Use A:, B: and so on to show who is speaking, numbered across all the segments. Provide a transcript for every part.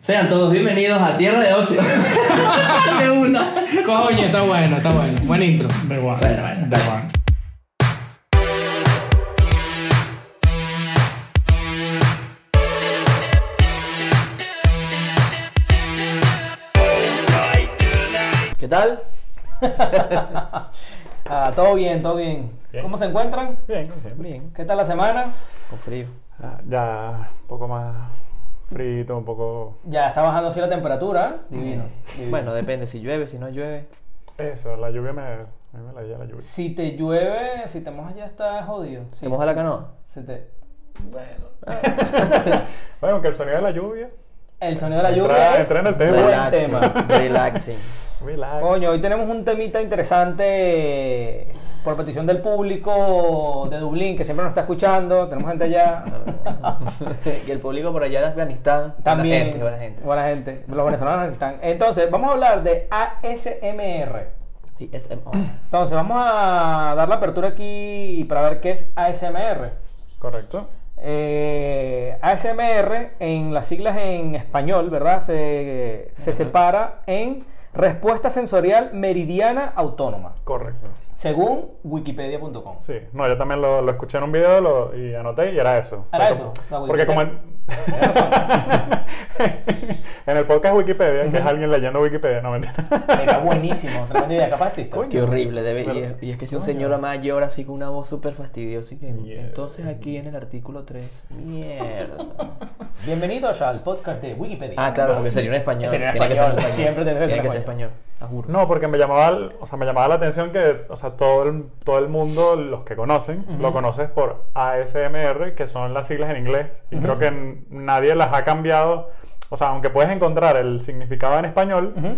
A: Sean todos bienvenidos a Tierra de Ocio. Me uno.
B: Coño, está bueno, está bueno. Buen intro.
C: Da igual.
A: Bueno, bueno,
C: Da igual.
A: ¿Qué tal?
D: Ah, todo bien, todo bien.
C: Bien.
D: ¿Cómo se encuentran?
C: Bien, como siempre.
A: Bien,
D: ¿Qué tal la semana?
A: con frío.
C: Ah, Ya un poco más frito, un poco.
D: Ya está bajando así la temperatura. ¿eh? Divino. divino.
A: Bueno, depende si llueve, si no llueve.
C: Eso, la lluvia me. A mí me la lleva la lluvia.
D: si te llueve, si te mojas ya está jodido. Sí.
A: ¿Se moja la canoa?
D: Si te- Bueno.
C: Bueno, que el sonido de la lluvia.
D: El sonido de la
C: Entra-
D: lluvia es
C: entra en el tema.
D: buen
A: Relaxing.
D: tema.
A: Relaxing.
C: Relax.
D: Coño, hoy tenemos un temita interesante por petición del público de Dublín que siempre nos está escuchando. Tenemos gente allá.
A: y el público por allá de Afganistán. Buena
D: También.
A: gente, buena gente.
D: Buena gente. Los venezolanos que están. Entonces, vamos a hablar de ASMR.
A: Y SMO.
D: Entonces, vamos a dar la apertura aquí para ver qué es ASMR.
C: Correcto.
D: Eh, ASMR, en las siglas en español, ¿verdad? Se, se separa en Respuesta Sensorial Meridiana Autónoma,
C: Correcto.
D: según wikipedia.com.
C: Sí. No, yo también lo, lo escuché en un video lo- y anoté y era eso.
D: Era
C: Fue
D: eso,
C: como-
D: la
C: porque como en, en el podcast Wikipedia, que es alguien leyendo Wikipedia, no mentira.
D: Sería buenísimo, tremenda idea, capaz existe.
C: Coño.
A: Qué horrible. Debe, y,
C: Pero-
A: es, y es que si un
C: coño.
A: señor ama llora así con una voz súper fastidiosa. y que-
C: Yeah.
A: Entonces aquí en el artículo 3. Mierda.
D: Bienvenidos al podcast de Wikipedia.
A: Ah, claro, porque sería un español.
D: Sería en
A: tiene
D: español,
A: que ser en español.
D: siempre tiene que ser en
A: Tiene español. Ah, juro.
C: No, porque me llamaba, el- o sea, me llamaba la atención que, o sea, todo el, todo el mundo, los que conocen, lo conoces por ASMR, que son las siglas en inglés, y creo que n- nadie las ha cambiado. O sea, aunque puedes encontrar el significado en español,
D: Ujú.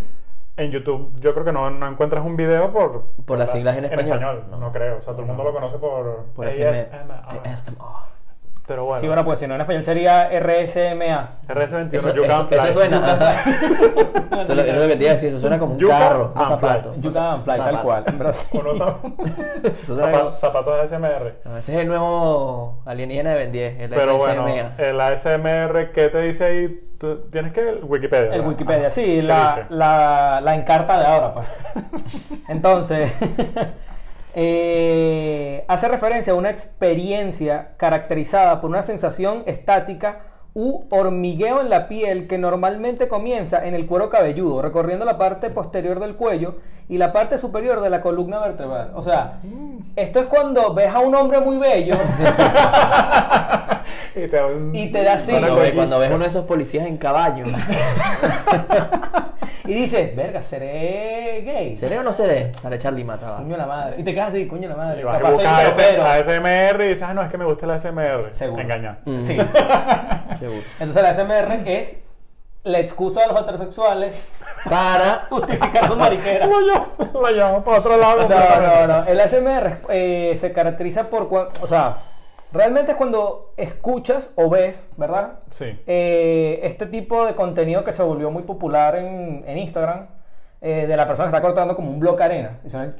C: en YouTube yo creo que no, no encuentras un video por...
A: Por las siglas en español.
C: no, creo. O sea, todo el mundo lo conoce por,
A: Por ASMR.
C: ASMR.
A: ASMR.
C: Pero bueno,
D: Sí, bueno, pues si no en español sería RSMA.
C: RS21,
A: Eso,
C: you
A: eso-
C: can fly.
A: eso suena. ajá. Eso es lo- eso es lo que te iba a decir. Eso suena como un
C: You can
A: carro, un
C: and
A: zapato.
C: fly.
D: You can fly, tal
A: Zapato.
D: cual. pero sí.
C: O no zap-
A: Eso suena
C: zapa-
A: como-
C: zapatos ASMR.
A: No, ese es el nuevo alienígena de Ben 10, el
C: Pero
A: ASMR.
C: bueno, eh, el ASMR, ¿qué te dice ahí? Tú- tienes que el Wikipedia.
D: El
C: ¿verdad?
D: Wikipedia,
C: Ajá.
D: sí,
C: ¿Qué
D: la,
C: dice?
D: la, la encarta de ahora, pues. Entonces, eh, hace referencia a una experiencia caracterizada por una sensación estática u hormigueo en la piel que normalmente comienza en el cuero cabelludo, recorriendo la parte posterior del cuello y la parte superior de la columna vertebral. O sea, esto es cuando ves a un hombre muy bello
C: Y te da, un-
D: Y te da así.
C: una
A: Cuando, ve-
C: colliza.
A: cuando ves uno de esos policías en caballo,
D: y dices, verga, seré gay.
A: ¿seré o no seré? Para Charlie mataba.
D: Coño la madre. Y te quedas de coño la madre.
C: Y vas y
D: Capaz soy
C: buscas AS-
D: grosero.
C: ASMR y dices, ah, no, es que me gusta el ASMR.
D: Seguro.
C: Engañar.
A: Mm.
D: Sí.
A: Seguro.
D: Entonces la SMR es la excusa de los heterosexuales
A: Para.
D: justificar su mariquera.
C: Lo llamo, lo llamo para otro
D: No,
C: lado. completamente.
D: no, no. El ASMR eh, se caracteriza por cuan- o sea, realmente es cuando escuchas o ves, ¿verdad?
C: Sí.
D: Eh, este tipo de contenido que se volvió muy popular en, en Instagram, eh, de la persona que está cortando como un bloque de arena. Y suena-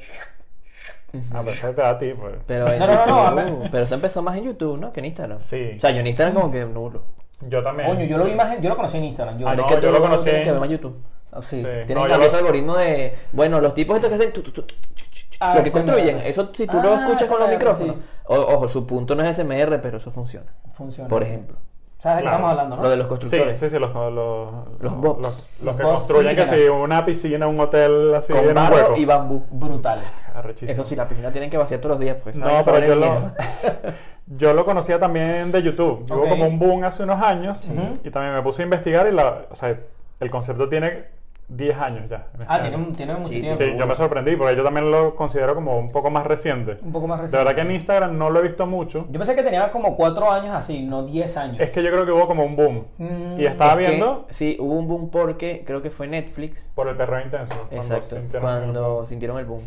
C: A pesar te da a ti, pues.
A: Pero en
D: No, no, no, no, a
A: YouTube-
D: ver.
A: Pero eso empezó más en YouTube, ¿no? Que en Instagram.
C: Sí.
A: O sea, yo en Instagram como que nulo.
C: Yo también.
D: Coño, yo lo vi más, en- yo lo conocí en Instagram. Yo,
C: Ah,
A: Pero
C: no,
A: es que
C: yo
A: tú
C: lo conocí
A: tienes que
C: en-
A: ver más YouTube.
D: Ah, sí.
C: Sí.
A: Tienes
C: No,
A: que
C: yo
A: ver ese
C: lo-
A: algoritmo de. Bueno, los tipos estos que hacen. tu, tu, tu, tu, tu, tu, tu,
D: Ah,
A: lo que
D: SMR.
A: construyen. Eso si tú lo
D: Ah,
A: escuchas con los
D: SMR,
A: micrófonos.
D: sí.
A: O- ojo, su punto no es SMR, pero eso funciona.
D: Funciona.
A: Por ejemplo,
D: ¿Sabes de qué
C: Claro.
D: estamos hablando, no?
A: lo de los
C: Ah, Sí,
A: constructores.
C: sí, sí, los, los, los,
A: Los bots.
C: los,
D: Los
C: que
D: bots
C: construyen que
D: indígenas.
C: sí, una piscina, un hotel así en
A: Con
C: un
A: barro
C: hueco.
A: y bambú.
D: Brutal.
C: Arrechísimo.
A: Eso sí, la piscina tienen que vaciar todos los días. Porque esa
C: No,
A: vaina se
C: pero yo
A: vuelve
C: lo,
A: mierda.
C: yo lo conocía también de YouTube. Yo Hubo
D: Ok.
C: como un boom hace unos años y también me puse a investigar y la, o sea, el concepto tiene 10 años ya.
D: Ah, tiene, tiene mucho
A: Sí,
D: tiempo.
C: Sí, yo me sorprendí porque yo también lo considero como un poco más reciente.
D: Un poco más
C: De
D: reciente.
C: verdad que en Instagram no lo he visto mucho.
D: Yo pensé que tenía como cuatro años así, no 10 años.
C: Es que yo creo que hubo como un boom.
D: Mm,
C: y estaba
A: Es que
C: viendo
A: sí, hubo un boom porque creo que fue Netflix.
C: por el perreo intenso. cuando
A: Exacto.
C: sintieron-
A: Cuando sintieron el boom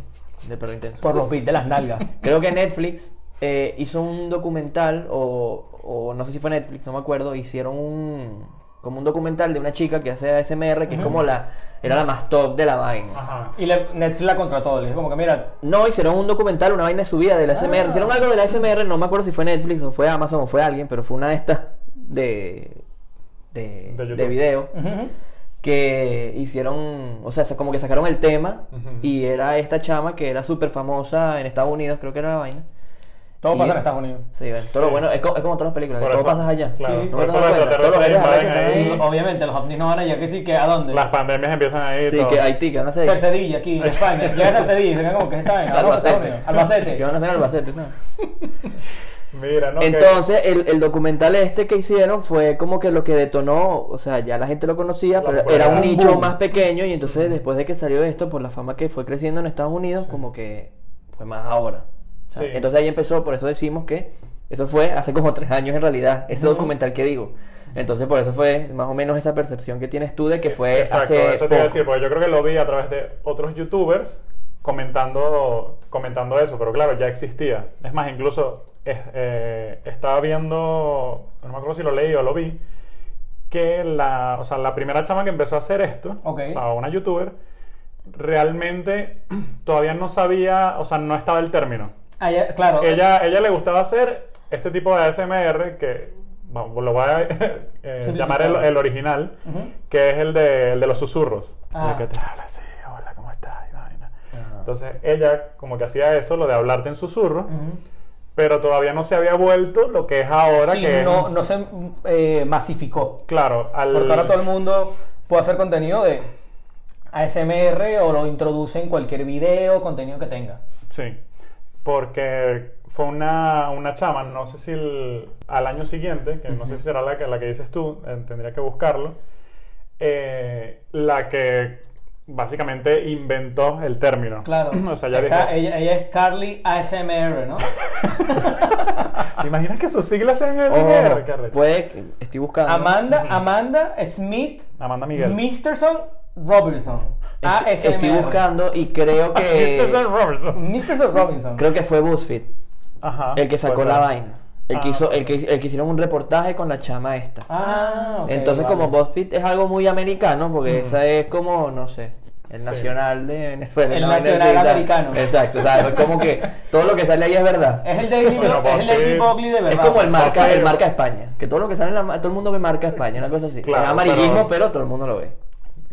A: de Perro Intenso.
D: Por los beats de las nalgas.
A: Creo que Netflix eh, hizo un documental, o, o no sé si fue Netflix, no me acuerdo, hicieron un, como un documental de una chica que hace ASMR, que es como la, era la más top de la vaina.
C: Ajá.
D: y le, Netflix la contrató, le dije como que mira,
A: No, hicieron un documental, una vaina de su vida
C: Ah.
A: de la ASMR. Hicieron algo de la ASMR, no me acuerdo si fue Netflix o fue Amazon o fue alguien, pero fue una de estas de de,
C: De YouTube.
A: de video
D: Ujú.
A: que hicieron, o sea, sa- como que sacaron el tema y era esta chama que era súper famosa en Estados Unidos, creo que era la vaina.
D: Todo
A: Y-
D: pasa en Estados Unidos.
A: Sí, bueno, todo lo bueno, es co- es como, todas las películas, que
C: Por
A: todo
C: eso-
A: pasas allá.
C: claro,
A: Sí,
C: por
A: nunca
C: eso
A: te
C: los
A: das cuenta, todos los
C: extraterrestres
A: héroes
C: invaden
A: arrechos
C: ahí.
A: están
D: Obviamente, los ovnis no van a llegar que sí, que a dónde.
C: Las pandemias empiezan ahí.
A: Sí,
C: todo.
A: que Haití, que van a hacer.
D: Cercedilla, aquí, en España. Llegas a Cercedilla y se quedan "Ah, como que está en
A: Albacete.
D: Albacete.
A: Que van a hacer en Albacete, ¿no?
C: Mira, no. que-
A: Entonces, el, el documental este que hicieron fue como que lo que detonó, o sea, ya la gente lo conocía,
C: La
A: pero era un
C: popularidad.
A: nicho
D: Boom.
A: más pequeño y entonces después de que salió esto, por la fama que fue creciendo en Estados Unidos, como que fue más ahora. O sea,
C: Sí.
A: Entonces ahí empezó, por eso decimos que eso fue hace como tres años en realidad, ese documental que digo. Entonces por eso fue más o menos esa percepción que tienes tú de que fue
C: Eh, Exacto,
A: hace
C: eso te iba a
A: poco.
C: decir, porque yo creo que lo vi a través de otros youtubers comentando, comentando eso, pero claro, ya existía. Es más, incluso es- eh, estaba viendo, no me acuerdo si lo leí o lo vi, que la, o sea, la primera chama que empezó a hacer esto,
D: Ok.
C: o sea, una youtuber, realmente todavía no sabía, o sea, no estaba el término.
D: Allá, claro.
C: Ella, ella le gustaba hacer este tipo de ASMR que vamos, lo voy a eh, llamar el, el original,
D: Ujú.
C: que es el de, el de los susurros.
D: Ah.
C: El que te habla así, hola, ¿cómo estás? Y vaina. Entonces ella como que hacía eso, lo de hablarte en susurro,
D: Ujú.
C: pero todavía no se había vuelto lo que es ahora
D: Sí,
C: que es-
D: no, no se eh, masificó.
C: claro, al
D: Porque ahora todo el mundo puede hacer contenido de ASMR o lo introduce en cualquier video, contenido que tenga.
C: Sí, porque fue una, una chama, no sé si el- al año siguiente, que no sé si será la que, la que dices tú, eh, tendría que buscarlo, eh, la que básicamente inventó el término.
D: Claro.
C: O sea, ya
D: Está-
C: dijo,
D: ella, ella es Carly ASMR, ¿no?
C: ¿te imaginas que sus siglas sean
D: Oh,
C: el
A: Ojo,
C: pues, Qué
D: Pues,
C: arrecho.
A: puede que- estoy buscando.
D: Amanda, Amanda Smith
C: Amanda Miguel.
D: Misterson Robinson.
A: Est-
D: ASMR.
A: Estoy buscando y creo
C: Christopher
A: que
C: Robertson.
D: Misterson Robinson.
A: creo que fue BuzzFeed.
C: Ajá,
A: El que sacó
C: pues,
A: la
C: ah,
A: vaina. El que
C: Ah,
A: hizo, el que, el que hicieron un reportaje con la chama esta.
D: Ah, ok,
A: Entonces,
D: vale.
A: como BuzzFeed es algo muy americano, porque esa es como, no sé, el nacional de Venezuela.
D: El
A: una vaina así,
D: nacional
A: ¿sabes?
D: americano.
A: Exacto, o sea, es como que todo lo que sale ahí es verdad.
D: Es el David,
C: Bueno,
D: Bro- es el David
C: Buzzfeed-
D: Buckley de
A: Es
D: verdad.
A: como el marca,
C: Buzzfeed.
A: el marca España. Que todo lo que sale en la ma- todo el mundo ve marca España, una cosa así.
C: Claro,
A: es amarillismo, pero...
C: pero-
A: todo el mundo lo ve.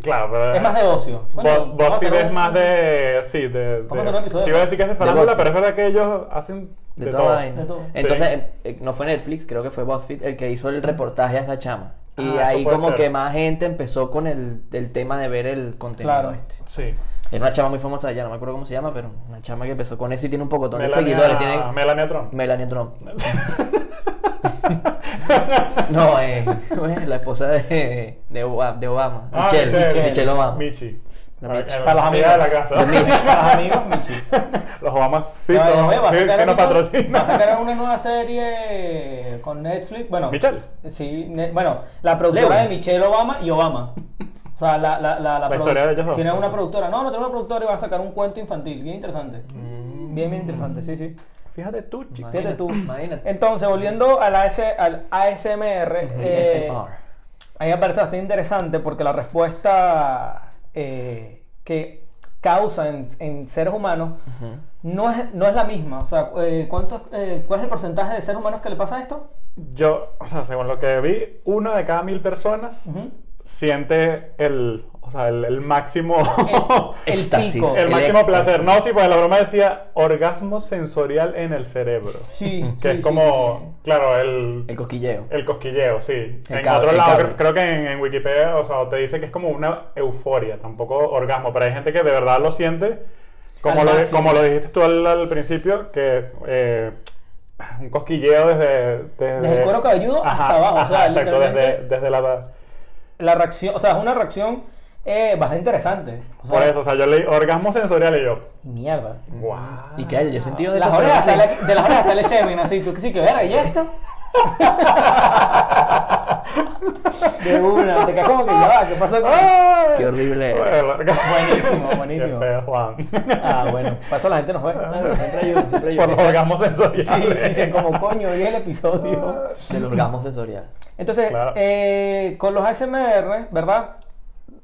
C: Claro, pero...
D: Es más de ocio. Bueno,
C: Buzz-
D: vamos a hacer
C: BuzzFeed es
D: un-
C: más de... Sí, de...
D: Vamos a
C: de-
D: hacer un episodio
C: te
D: de
C: iba a decir que es de
A: De
C: farándula,
A: BuzzFeed.
C: pero es verdad que ellos hacen
A: De,
C: de,
A: toda
C: todo.
A: vaina.
D: De todo.
A: Entonces,
C: Sí.
A: eh, eh, no fue Netflix, creo que fue BuzzFeed el que hizo el reportaje a esa chama. Y
C: Ah, eso
A: ahí
C: puede
A: como
C: ser.
A: que más gente empezó con el, el tema de ver el contenido
D: Claro.
A: este.
C: Sí.
A: Era una chama muy famosa allá, no me acuerdo cómo se llama, pero una chama que empezó con eso y tiene un pocotón de seguidores. Tiene
C: Melania Trump.
A: Melania Trump. no, eh, ¿cómo es? la esposa de, de Oba- de Obama.
C: Ah,
A: Michelle, Michelle,
C: Michelle.
A: Obama.
C: Michi.
A: La
C: Para-
A: Michi.
C: eh,
D: Para los
C: amiga
D: amigos.
C: de la casa.
D: Los amigos, Michi.
C: los Obama. Sí,
D: Ya, ya,
C: son,
D: oye, eh, va a
C: sí,
D: sacar
C: sí nos
D: ahorita- Va a
C: patrocinan.
D: sacar una nueva serie con Netflix. Bueno,
C: Michelle.
D: Sí, ne- bueno, la productora
A: Lewin.
D: de Michelle Obama y Obama. O sea, la, la, la,
C: La
D: produ-
C: historia de ellos dos.
D: Tiene una productora. No, no tiene una productora y van a sacar un cuento infantil. Bien interesante. Bien, bien interesante, sí, sí.
C: Fíjate tú, chico.
D: Fíjate tú.
A: Imagínate.
D: Entonces, volviendo al, AS al ASMR. eh,
A: ASMR.
D: a mí me parece bastante interesante porque la respuesta eh, que causa en, en seres humanos no, es, no es la misma. O sea, eh, ¿cuántos, eh, ¿cuál es el porcentaje de seres humanos que le pasa esto?
C: Yo, o sea, según lo que vi, una de cada mil personas
D: Ujú.
C: siente el, o sea, el, el máximo,
D: El
A: Éxtasis.
D: pico.
C: el
A: el
C: máximo
A: éxtasis.
C: placer. No, sí, pues la broma decía orgasmo sensorial en el cerebro.
D: Sí. sí,
C: Que
D: sí,
C: es como, claro, el,
A: El cosquilleo.
C: El cosquilleo, sí.
A: El
C: en
A: cable,
C: otro
A: el
C: lado,
A: cable.
C: cre- creo que en, en Wikipedia, o sea, te dice que es como una euforia, tampoco orgasmo, pero hay gente que de verdad lo siente, como,
D: Al
C: lo,
D: máximo.
C: como lo dijiste tú al, al principio, que eh, un cosquilleo desde, desde...
D: Desde el cuero cabelludo
C: Ajá,
D: hasta abajo, o
C: ajá,
D: sea,
C: exacto,
D: literalmente-
C: desde, desde la...
D: sí. La reacción, o sea, es una reacción eh, bastante interesante. O sea,
C: Por eso, o sea, yo leí orgasmo sensorial y yo,
D: Mierda.
C: wow.
A: ¿Y qué hay? Yo he sentido de
D: Las
A: esas
D: orejas
A: cosas.
D: sale, de las orejas sale semen, así. Tú que sí, que verga, ¿y esto? de una. Te quedas como que ya va, ¿qué pasó? con-
C: Ah,
A: Qué horrible.
D: Buenísimo, buenísimo.
C: Qué feo, Juan.
D: Ah, bueno, para eso la gente nos ve.
A: Siempre hay uno, siempre hay
C: Por
A: uno.
C: los orgasmos sensoriales.
D: Sí, dicen como coño, y el episodio.
A: Del orgasmo sensorial.
D: Entonces,
C: Claro.
D: eh, con los ASMR, ¿verdad?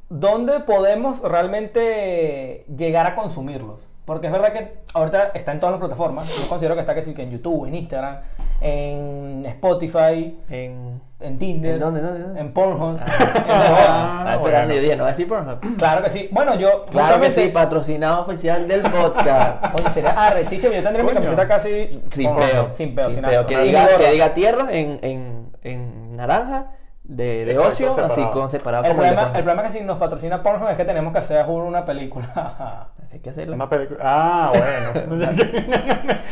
D: ¿Dónde podemos realmente llegar a consumirlos? Porque es verdad que ahorita está en todas las plataformas. Yo considero que está que sí, que en YouTube, en Instagram, en Spotify,
A: En
D: en Tinder,
A: ¿En dónde, dónde, dónde?
D: en Pornhub.
A: Ah,
C: Ah,
A: estaba esperando
C: bueno.
A: y yo dije, no va a decir Pornhub.
D: claro que sí. Bueno, yo
A: Claro que
D: justamente-
A: sí, patrocinado oficial del podcast.
D: Coño, sería arrechísimo. Yo tendría mi
C: Coño.
D: camiseta casi
A: Sin
D: con-
A: peo.
D: Sin peo, sin nada.
A: Que
D: Y
A: diga,
D: gorra.
A: que diga tierra en, en, en naranja, de, de
C: Exacto,
A: ocio, así
C: separado.
A: con separado
D: El
A: como el de
D: problema, el
A: Pornhub.
D: problema es que si nos patrocina Pornhub es que tenemos que hacer, juro, una película.
A: Hay que hacerlo.
C: Una película. Ah, bueno.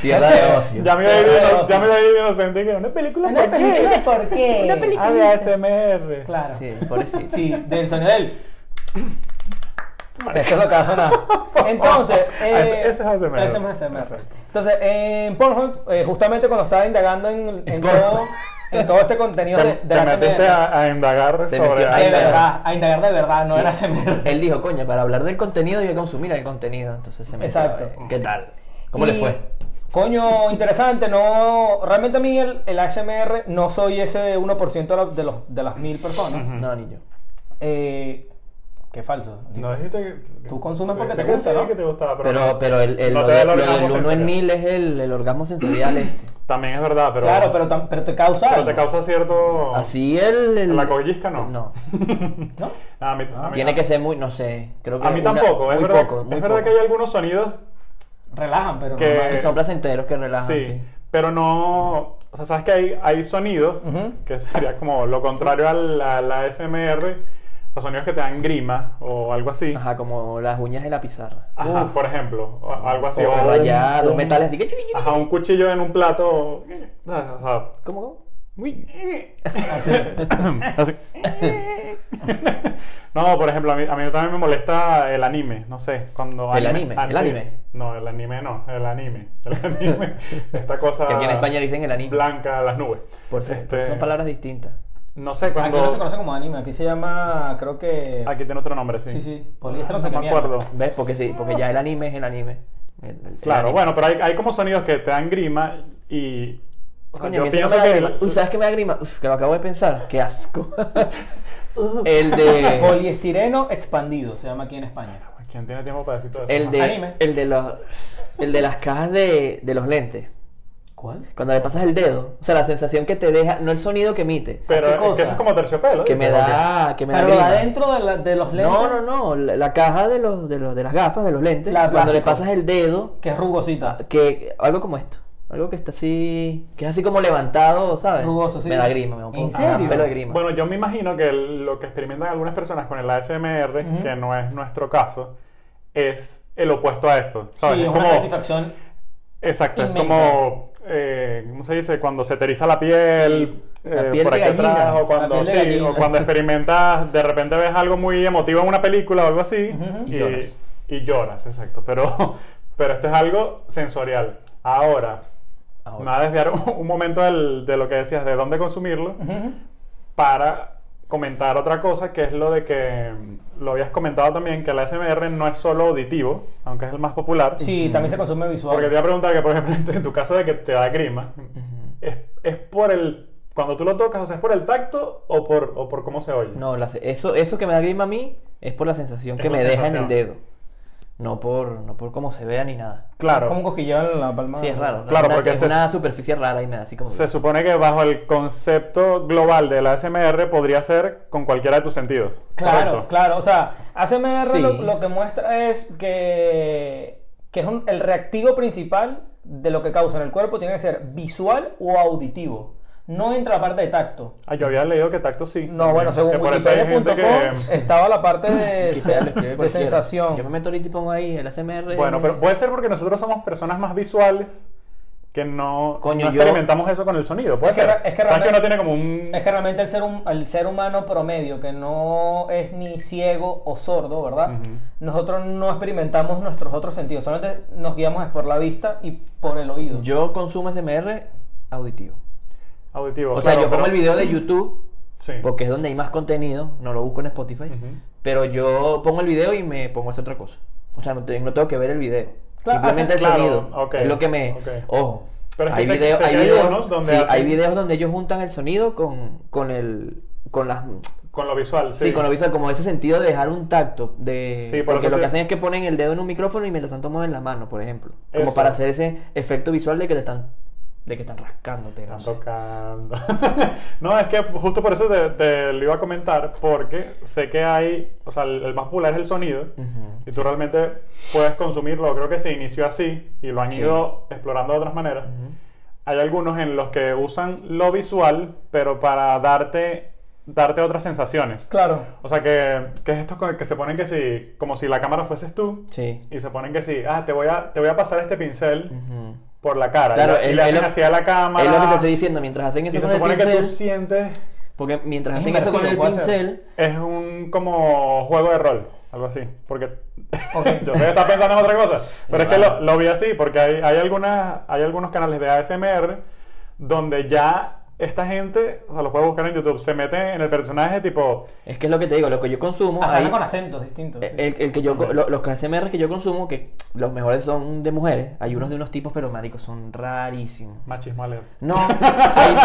A: Tierra de ocio.
C: ya me iba a ir de- ya me iba a ir de inocente y que una película. ¿por qué?
D: ¿por qué? Una
C: Ah, de ASMR.
D: Claro. Sí.
A: Sí, pobrecito.
D: del sonido de él. Eso es lo que va a sonar. Entonces, eh,
C: Ah, eso- eso es ASMR.
D: Eso es ASMR.
C: Exacto.
D: Entonces, en Pornhub, eh, justamente cuando estaba indagando en, en
A: Es
D: todo,
A: Pornhub.
D: en todo este contenido
C: Te,
D: de, de
C: te
D: la
C: metiste
D: ASMR,
C: a, a indagar
A: Se
C: sobre.
A: metió
D: de
A: ahí.
C: ASMR.
D: verdad, a indagar de verdad, no
A: Sí.
D: era ASMR.
A: Él dijo, coño, para hablar del contenido yo voy a consumir el contenido. Entonces se me
D: Exacto.
A: ¿Qué tal? ¿Cómo
D: Y,
A: le fue?
D: Coño, interesante, no, realmente a mí el, el HMR no soy ese 1% de, los- de los, de las mil personas.
C: Mm.
A: No, ni yo.
D: Eh, qué falso.
C: No dijiste que.
D: Tú consumes
C: Sí,
D: porque
C: te
D: te gusta,
C: sí,
D: ¿no?
C: que te gustaba, pero.
A: Pero, pero el, el-
C: No
A: lo,
C: te da
A: de-
C: el
A: lo
C: orgasmo
A: del 1 en
C: sensorial.
A: 1000 es el, el orgasmo sensorial este.
C: También es verdad, pero.
D: claro, pero, tam- pero te causa
C: pero
D: algo,
C: te causa cierto.
A: Así el... el-
C: Oh. La collisca no.
A: No.
D: ¿no?
C: Ah, A mí, a mí-
A: Tiene que ser muy, no sé, creo que
C: A mí
A: una-
C: tampoco. Es
A: muy
C: verdad,
A: poco, muy
C: es verdad
A: poco.
C: que hay algunos sonidos
D: Relajan, pero
C: Que-
D: normal.
A: Que son placenteros que relajan,
C: Sí,
A: sí.
C: pero no. O sea, sabes que hay, hay sonidos que sería como lo contrario a la, la SMR. O sea, sonidos que te dan grima o algo así. Ajá.
A: Ajá, como las uñas de la pizarra.
C: por ejemplo. o algo así.
A: o
C: un-
A: rayar los
C: un-
A: metales así que... chuli, chuli.
C: Ajá, un cuchillo en un plato. o- o sea, o sea,
A: ¿Cómo, cómo? Uy.
C: así. no, por ejemplo, a mí, a mí también me molesta el anime, no sé, cuando... Ah,
A: ¿El anime? ¿El
C: sí.
A: anime?
C: No, el anime no, el anime. El anime, esta cosa...
A: Que aquí en España dicen el anime.
C: Blanca, las nubes.
A: Por eso- por
C: Ah, Este,
A: eso son palabras distintas.
C: No sé,
D: Aquí no se
C: cuando...
D: conoce como anime, aquí se llama, creo que...
C: Aquí tiene otro nombre, sí.
D: Sí, sí, poliestra, no sé
C: no
D: qué
C: me
D: mierda.
C: acuerdo.
A: ¿Ves? Porque sí, porque ya el anime es el anime. El- el- el
C: Claro,
A: anime.
C: bueno, pero hay, hay como sonidos que te dan grima y... o sea,
A: Pues Coño, a mí ese no me da grima. Uy, ¿sabes qué me da grima? Uf, que lo acabo de pensar. Qué asco. el de...
D: Eh, Poliestireno expandido se llama aquí en España.
C: ¿Quién tiene tiempo para decir todo eso?
A: El de...
D: Anime.
A: El de los... El de las cajas de, de los lentes.
D: ¿Cuál?
A: Cuando le pasas el dedo. O sea, la sensación que te deja... No el sonido que emite.
C: Pero
D: ¿qué
C: es que
D: cosa?
C: eso es como terciopelo.
A: Que me
C: dices, ¿o qué?
A: da... Que me da
D: Pero
A: grima.
D: adentro de, la- de los lentes,
A: No, no, no. La, la caja de los, de los... De las gafas, de los lentes.
D: La
A: cuando le
D: plástica.
A: pasas el dedo...
D: que es rugosita.
C: Ah,
A: Que... Algo como esto. Algo que está así... Que es así como levantado, ¿sabes?
D: Rugoso, sí.
A: Me da grima. Me da un
D: ¿En
A: poco- me da un
D: serio?
A: pelo de grima.
C: Bueno, yo me imagino que el- lo que experimentan algunas personas con el ASMR, que no es nuestro caso, es el opuesto a esto. ¿sabes?
D: Sí, es
C: Es
D: una
C: como-
D: satisfacción
C: exacto, es
D: inmensa.
C: como, eh, ¿cómo se dice? Cuando se te eriza la piel,
A: Sí, la
C: eh,
A: piel
C: por
A: de
C: aquí
A: gallina,
C: atrás, o
A: la
C: cuando,
D: piel de
C: sí,
D: gallina.
C: o cuando experimentas, de repente ves algo muy emotivo en una película o algo así, y,
A: Y lloras.
C: y lloras, exacto. Pero, pero esto es algo sensorial. Ahora, me va a desviar un, un momento del- de lo que decías, de dónde consumirlo para comentar otra cosa, que es lo de que mm, lo habías comentado también, que el ASMR no es solo auditivo, aunque es el más popular.
D: Sí, también se consume visual.
C: Porque te iba a preguntar que, por ejemplo, en tu caso de que te da grima, es, es por el... Cuando tú lo tocas, o sea, ¿es por el tacto o por, o por cómo se oye?
A: No, la se- eso, eso que me da grima a mí es por la sensación
C: Es
A: que
C: la
A: me deja en
C: sensación.
A: el dedo. No por, no por cómo se vea ni nada.
C: Claro.
D: Es como un cosquilleo en la palma.
A: Sí, es raro.
C: Claro,
A: Una-
C: porque
A: es
C: se-
A: una superficie rara y me da así como...
C: Se supone que bajo el concepto global del ASMR podría ser con cualquiera de tus sentidos.
D: Claro,
C: ¿correcto?
D: claro. O sea, ACMR
A: Sí.
D: lo, lo que muestra es que, que es un- el reactivo principal de lo que causa en el cuerpo tiene que ser visual o auditivo. No entra la parte de tacto.
C: Ah, yo había leído que tacto sí.
D: No, bueno, según
C: Que por eso hay gente
D: Wikipedia.com
C: que- em,
D: estaba la parte de,
A: Quizá lo escribe
D: de
A: cualquiera.
D: sensación.
A: Yo me meto ahorita y pongo ahí el ASMR.
C: Bueno, pero puede ser porque nosotros somos personas más visuales que no,
A: Coño,
C: no
A: yo-
C: experimentamos eso con el sonido. Puede
D: Es que
C: ser.
D: ra- es que
C: ¿Sabes
D: realmente-
C: que uno tiene como un.
D: Es que realmente el ser, hum- el ser humano promedio, que no es ni ciego o sordo, ¿verdad?
C: Ujú.
D: Nosotros no experimentamos nuestros otros sentidos, solamente nos guiamos es por la vista y por el oído.
A: Yo consumo ASMR auditivo.
C: auditivo?
A: O sea,
C: claro,
A: yo pongo
C: pero-
A: el video de YouTube
C: Sí.
A: porque es donde hay más contenido. No lo busco en Spotify.
C: Ujú.
A: Pero yo pongo el video y me pongo a hacer otra cosa. O sea, no, te- no tengo que ver el video.
D: Claro,
A: Simplemente el
C: hace- claro,
A: sonido.
C: ok,
A: es lo que me.
C: ok.
A: Ojo.
C: Pero es que
A: hay,
C: sé-
A: video-
C: sé
A: hay
C: que hay
A: videos,
C: unos donde
A: sí,
C: hacen-
A: hay videos donde ellos juntan el sonido con, con el. con las.
C: Con lo visual, sí.
A: Sí. con lo visual, como ese sentido de dejar un tacto. De,
C: Sí, por
A: porque
C: eso
A: lo
C: te-
A: que hacen es que ponen el dedo en un micrófono y mientras tanto mueven la mano, por ejemplo. Como
C: Eso.
A: para hacer ese efecto visual de que te están de que están rascándote. No
C: Están
A: sé.
C: tocando. no, es que justo por eso te, te lo iba a comentar, porque sé que hay, o sea, el, el más popular es el sonido, y tú realmente puedes consumirlo, creo que se inició así, y lo han
A: Sí.
C: ido explorando de otras maneras. Hay algunos en los que usan lo visual, pero para darte, darte otras sensaciones.
D: Claro.
C: O sea, que, que es esto con- que se ponen que si, como si la cámara fueses tú,
A: Sí.
C: y se ponen que si, ah, te voy a, te voy a pasar este pincel
A: Ujú.
C: por la cara.
A: Claro,
C: y, le- y
A: es-
C: le
A: es
C: hacen
A: lo-
C: así a la cámara.
A: Es lo que te estoy diciendo, mientras hacen eso
C: Y se
A: con el
C: supone que tú
A: pincel,
C: sientes.
A: porque mientras
D: Es
A: hacen eso con el
D: inmersivo, puede ser.
A: pincel,
C: Es un como juego de rol, algo así. Porque.
D: Ok.
C: yo sé que estás pensando en otra cosa. Pero es que lo,
A: Vale.
C: lo vi así, porque hay, hay, algunas, hay algunos canales de ASMR donde ya esta gente, o sea, lo puedes buscar en YouTube, se mete en el personaje tipo.
A: es que es lo que te digo, lo que yo consumo,
D: Ajá,
A: ahí- Eh,
D: con acentos distintos. sí.
A: el, el que yo, lo- los ASMR que yo consumo, que los mejores son de mujeres, hay unos de unos tipos, pero maricos, son rarísimos.
C: Machismo alero.
A: No, hay,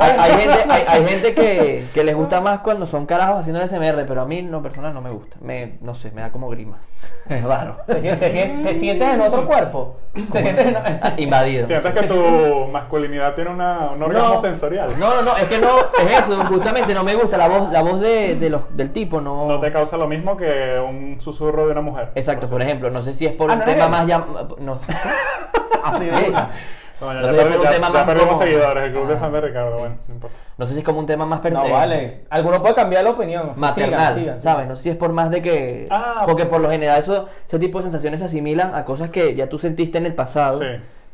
A: hay- hay gente, hay, hay gente que, que les gusta más cuando son carajos haciendo el SMR, pero a mí no personal no me gusta. Me, no sé, me da como grima. Es raro.
D: Te, sien- te sien- te sientes en otro cuerpo. Te sientes en.
A: Ah, Invadido.
C: Sientes que tu masculinidad tiene una, un orgasmo sensorial.
A: No, no, no, es que no, es eso, justamente no me gusta la voz, la voz de, de los, del tipo, no.
C: No te causa lo mismo que un susurro de una mujer.
A: Exacto, por ejemplo, no sé si es por
D: Ah,
A: un
D: ¿no eres
A: tema
D: gay?
A: más llam- no sé.
D: Así de una.
C: No, ya,
A: No
C: ya
A: sé,
C: perdi-
A: por un
C: ya-
A: tema
C: ya
A: más
C: perdimos
A: como-
C: seguidores, el club de
A: Ah.
C: fan de Ricardo, bueno, no importa.
A: No sé si es como un tema más per-
D: No
A: eh,
D: vale. Alguno puede cambiar la opinión. Sigan,
A: maternal,
D: sigan.
A: ¿sabes? No sé si es por más de que...
C: Ah.
A: porque por lo general eso, ese tipo de sensaciones se asimilan a cosas que ya tú sentiste en el pasado
C: Sí.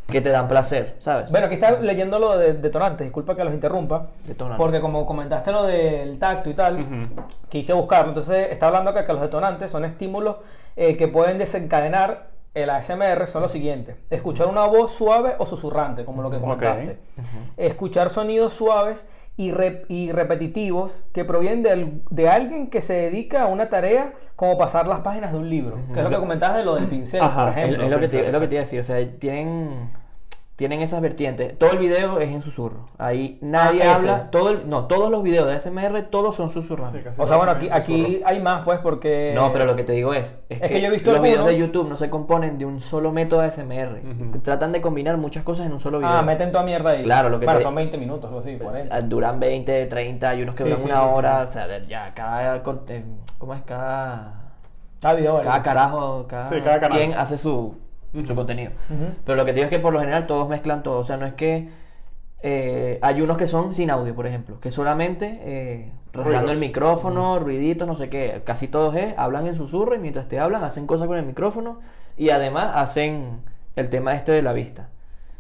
A: que te dan placer, ¿sabes?
D: Bueno, aquí está leyendo lo de detonantes, disculpa que los interrumpa.
A: Detonante.
D: Porque como comentaste lo del tacto y tal,
C: Ujú.
D: quise buscarlo. Entonces está hablando acá que los detonantes son estímulos eh, que pueden desencadenar el ASMR, son los siguientes. Escuchar una voz suave o susurrante, como lo que
C: Ujú.
D: comentaste.
C: Ok.
D: Escuchar sonidos suaves y, rep- y repetitivos que provienen de, al- de alguien que se dedica a una tarea como pasar las páginas de un libro. Que es lo que comentabas de lo del pincel,
C: Ajá.
D: por
A: Es-
D: ejemplo.
A: es, lo que te,
C: pensar,
A: es lo que te iba a decir, o sea, tienen, tienen esas vertientes. Todo el video es en susurro. Ahí nadie
D: Ah, ese.
A: habla. Todo el- no, todos los videos de ASMR, todos son susurrando.
C: Sí, casi
D: O sea, bueno,
C: todos
D: aquí,
C: tienen
D: aquí
C: susurro.
D: hay más, pues, porque...
A: No, pero lo que te digo es, es,
D: que yo he visto
A: los videos de
D: algunos-
A: YouTube no se componen de un solo método ASMR.
C: Ujú.
A: Tratan de combinar muchas cosas en un solo video.
D: Ah, meten toda mierda ahí.
A: Claro, lo que
D: Bueno,
A: te-
D: son 20 minutos, algo así, 40.
A: Duran 20, 30, hay unos que
D: Sí,
A: duran
D: sí,
A: una
D: sí, sí.
A: hora, o sea, de- ya, cada, con- eh, ¿cómo es? Cada,
D: Cada Ah, video vale.
A: cada carajo, cada,
C: Sí, cada canal.
A: quien hace su, su contenido.
D: Ujú.
A: Pero lo que te digo es que por lo general todos mezclan todo, o sea, no es que eh, hay unos que son sin audio, por ejemplo, que solamente eh, rasgando
C: Ruidos.
A: el micrófono, ruiditos, no sé qué, casi todos es, hablan en susurro y mientras te hablan hacen cosas con el micrófono y además hacen el tema este de la vista.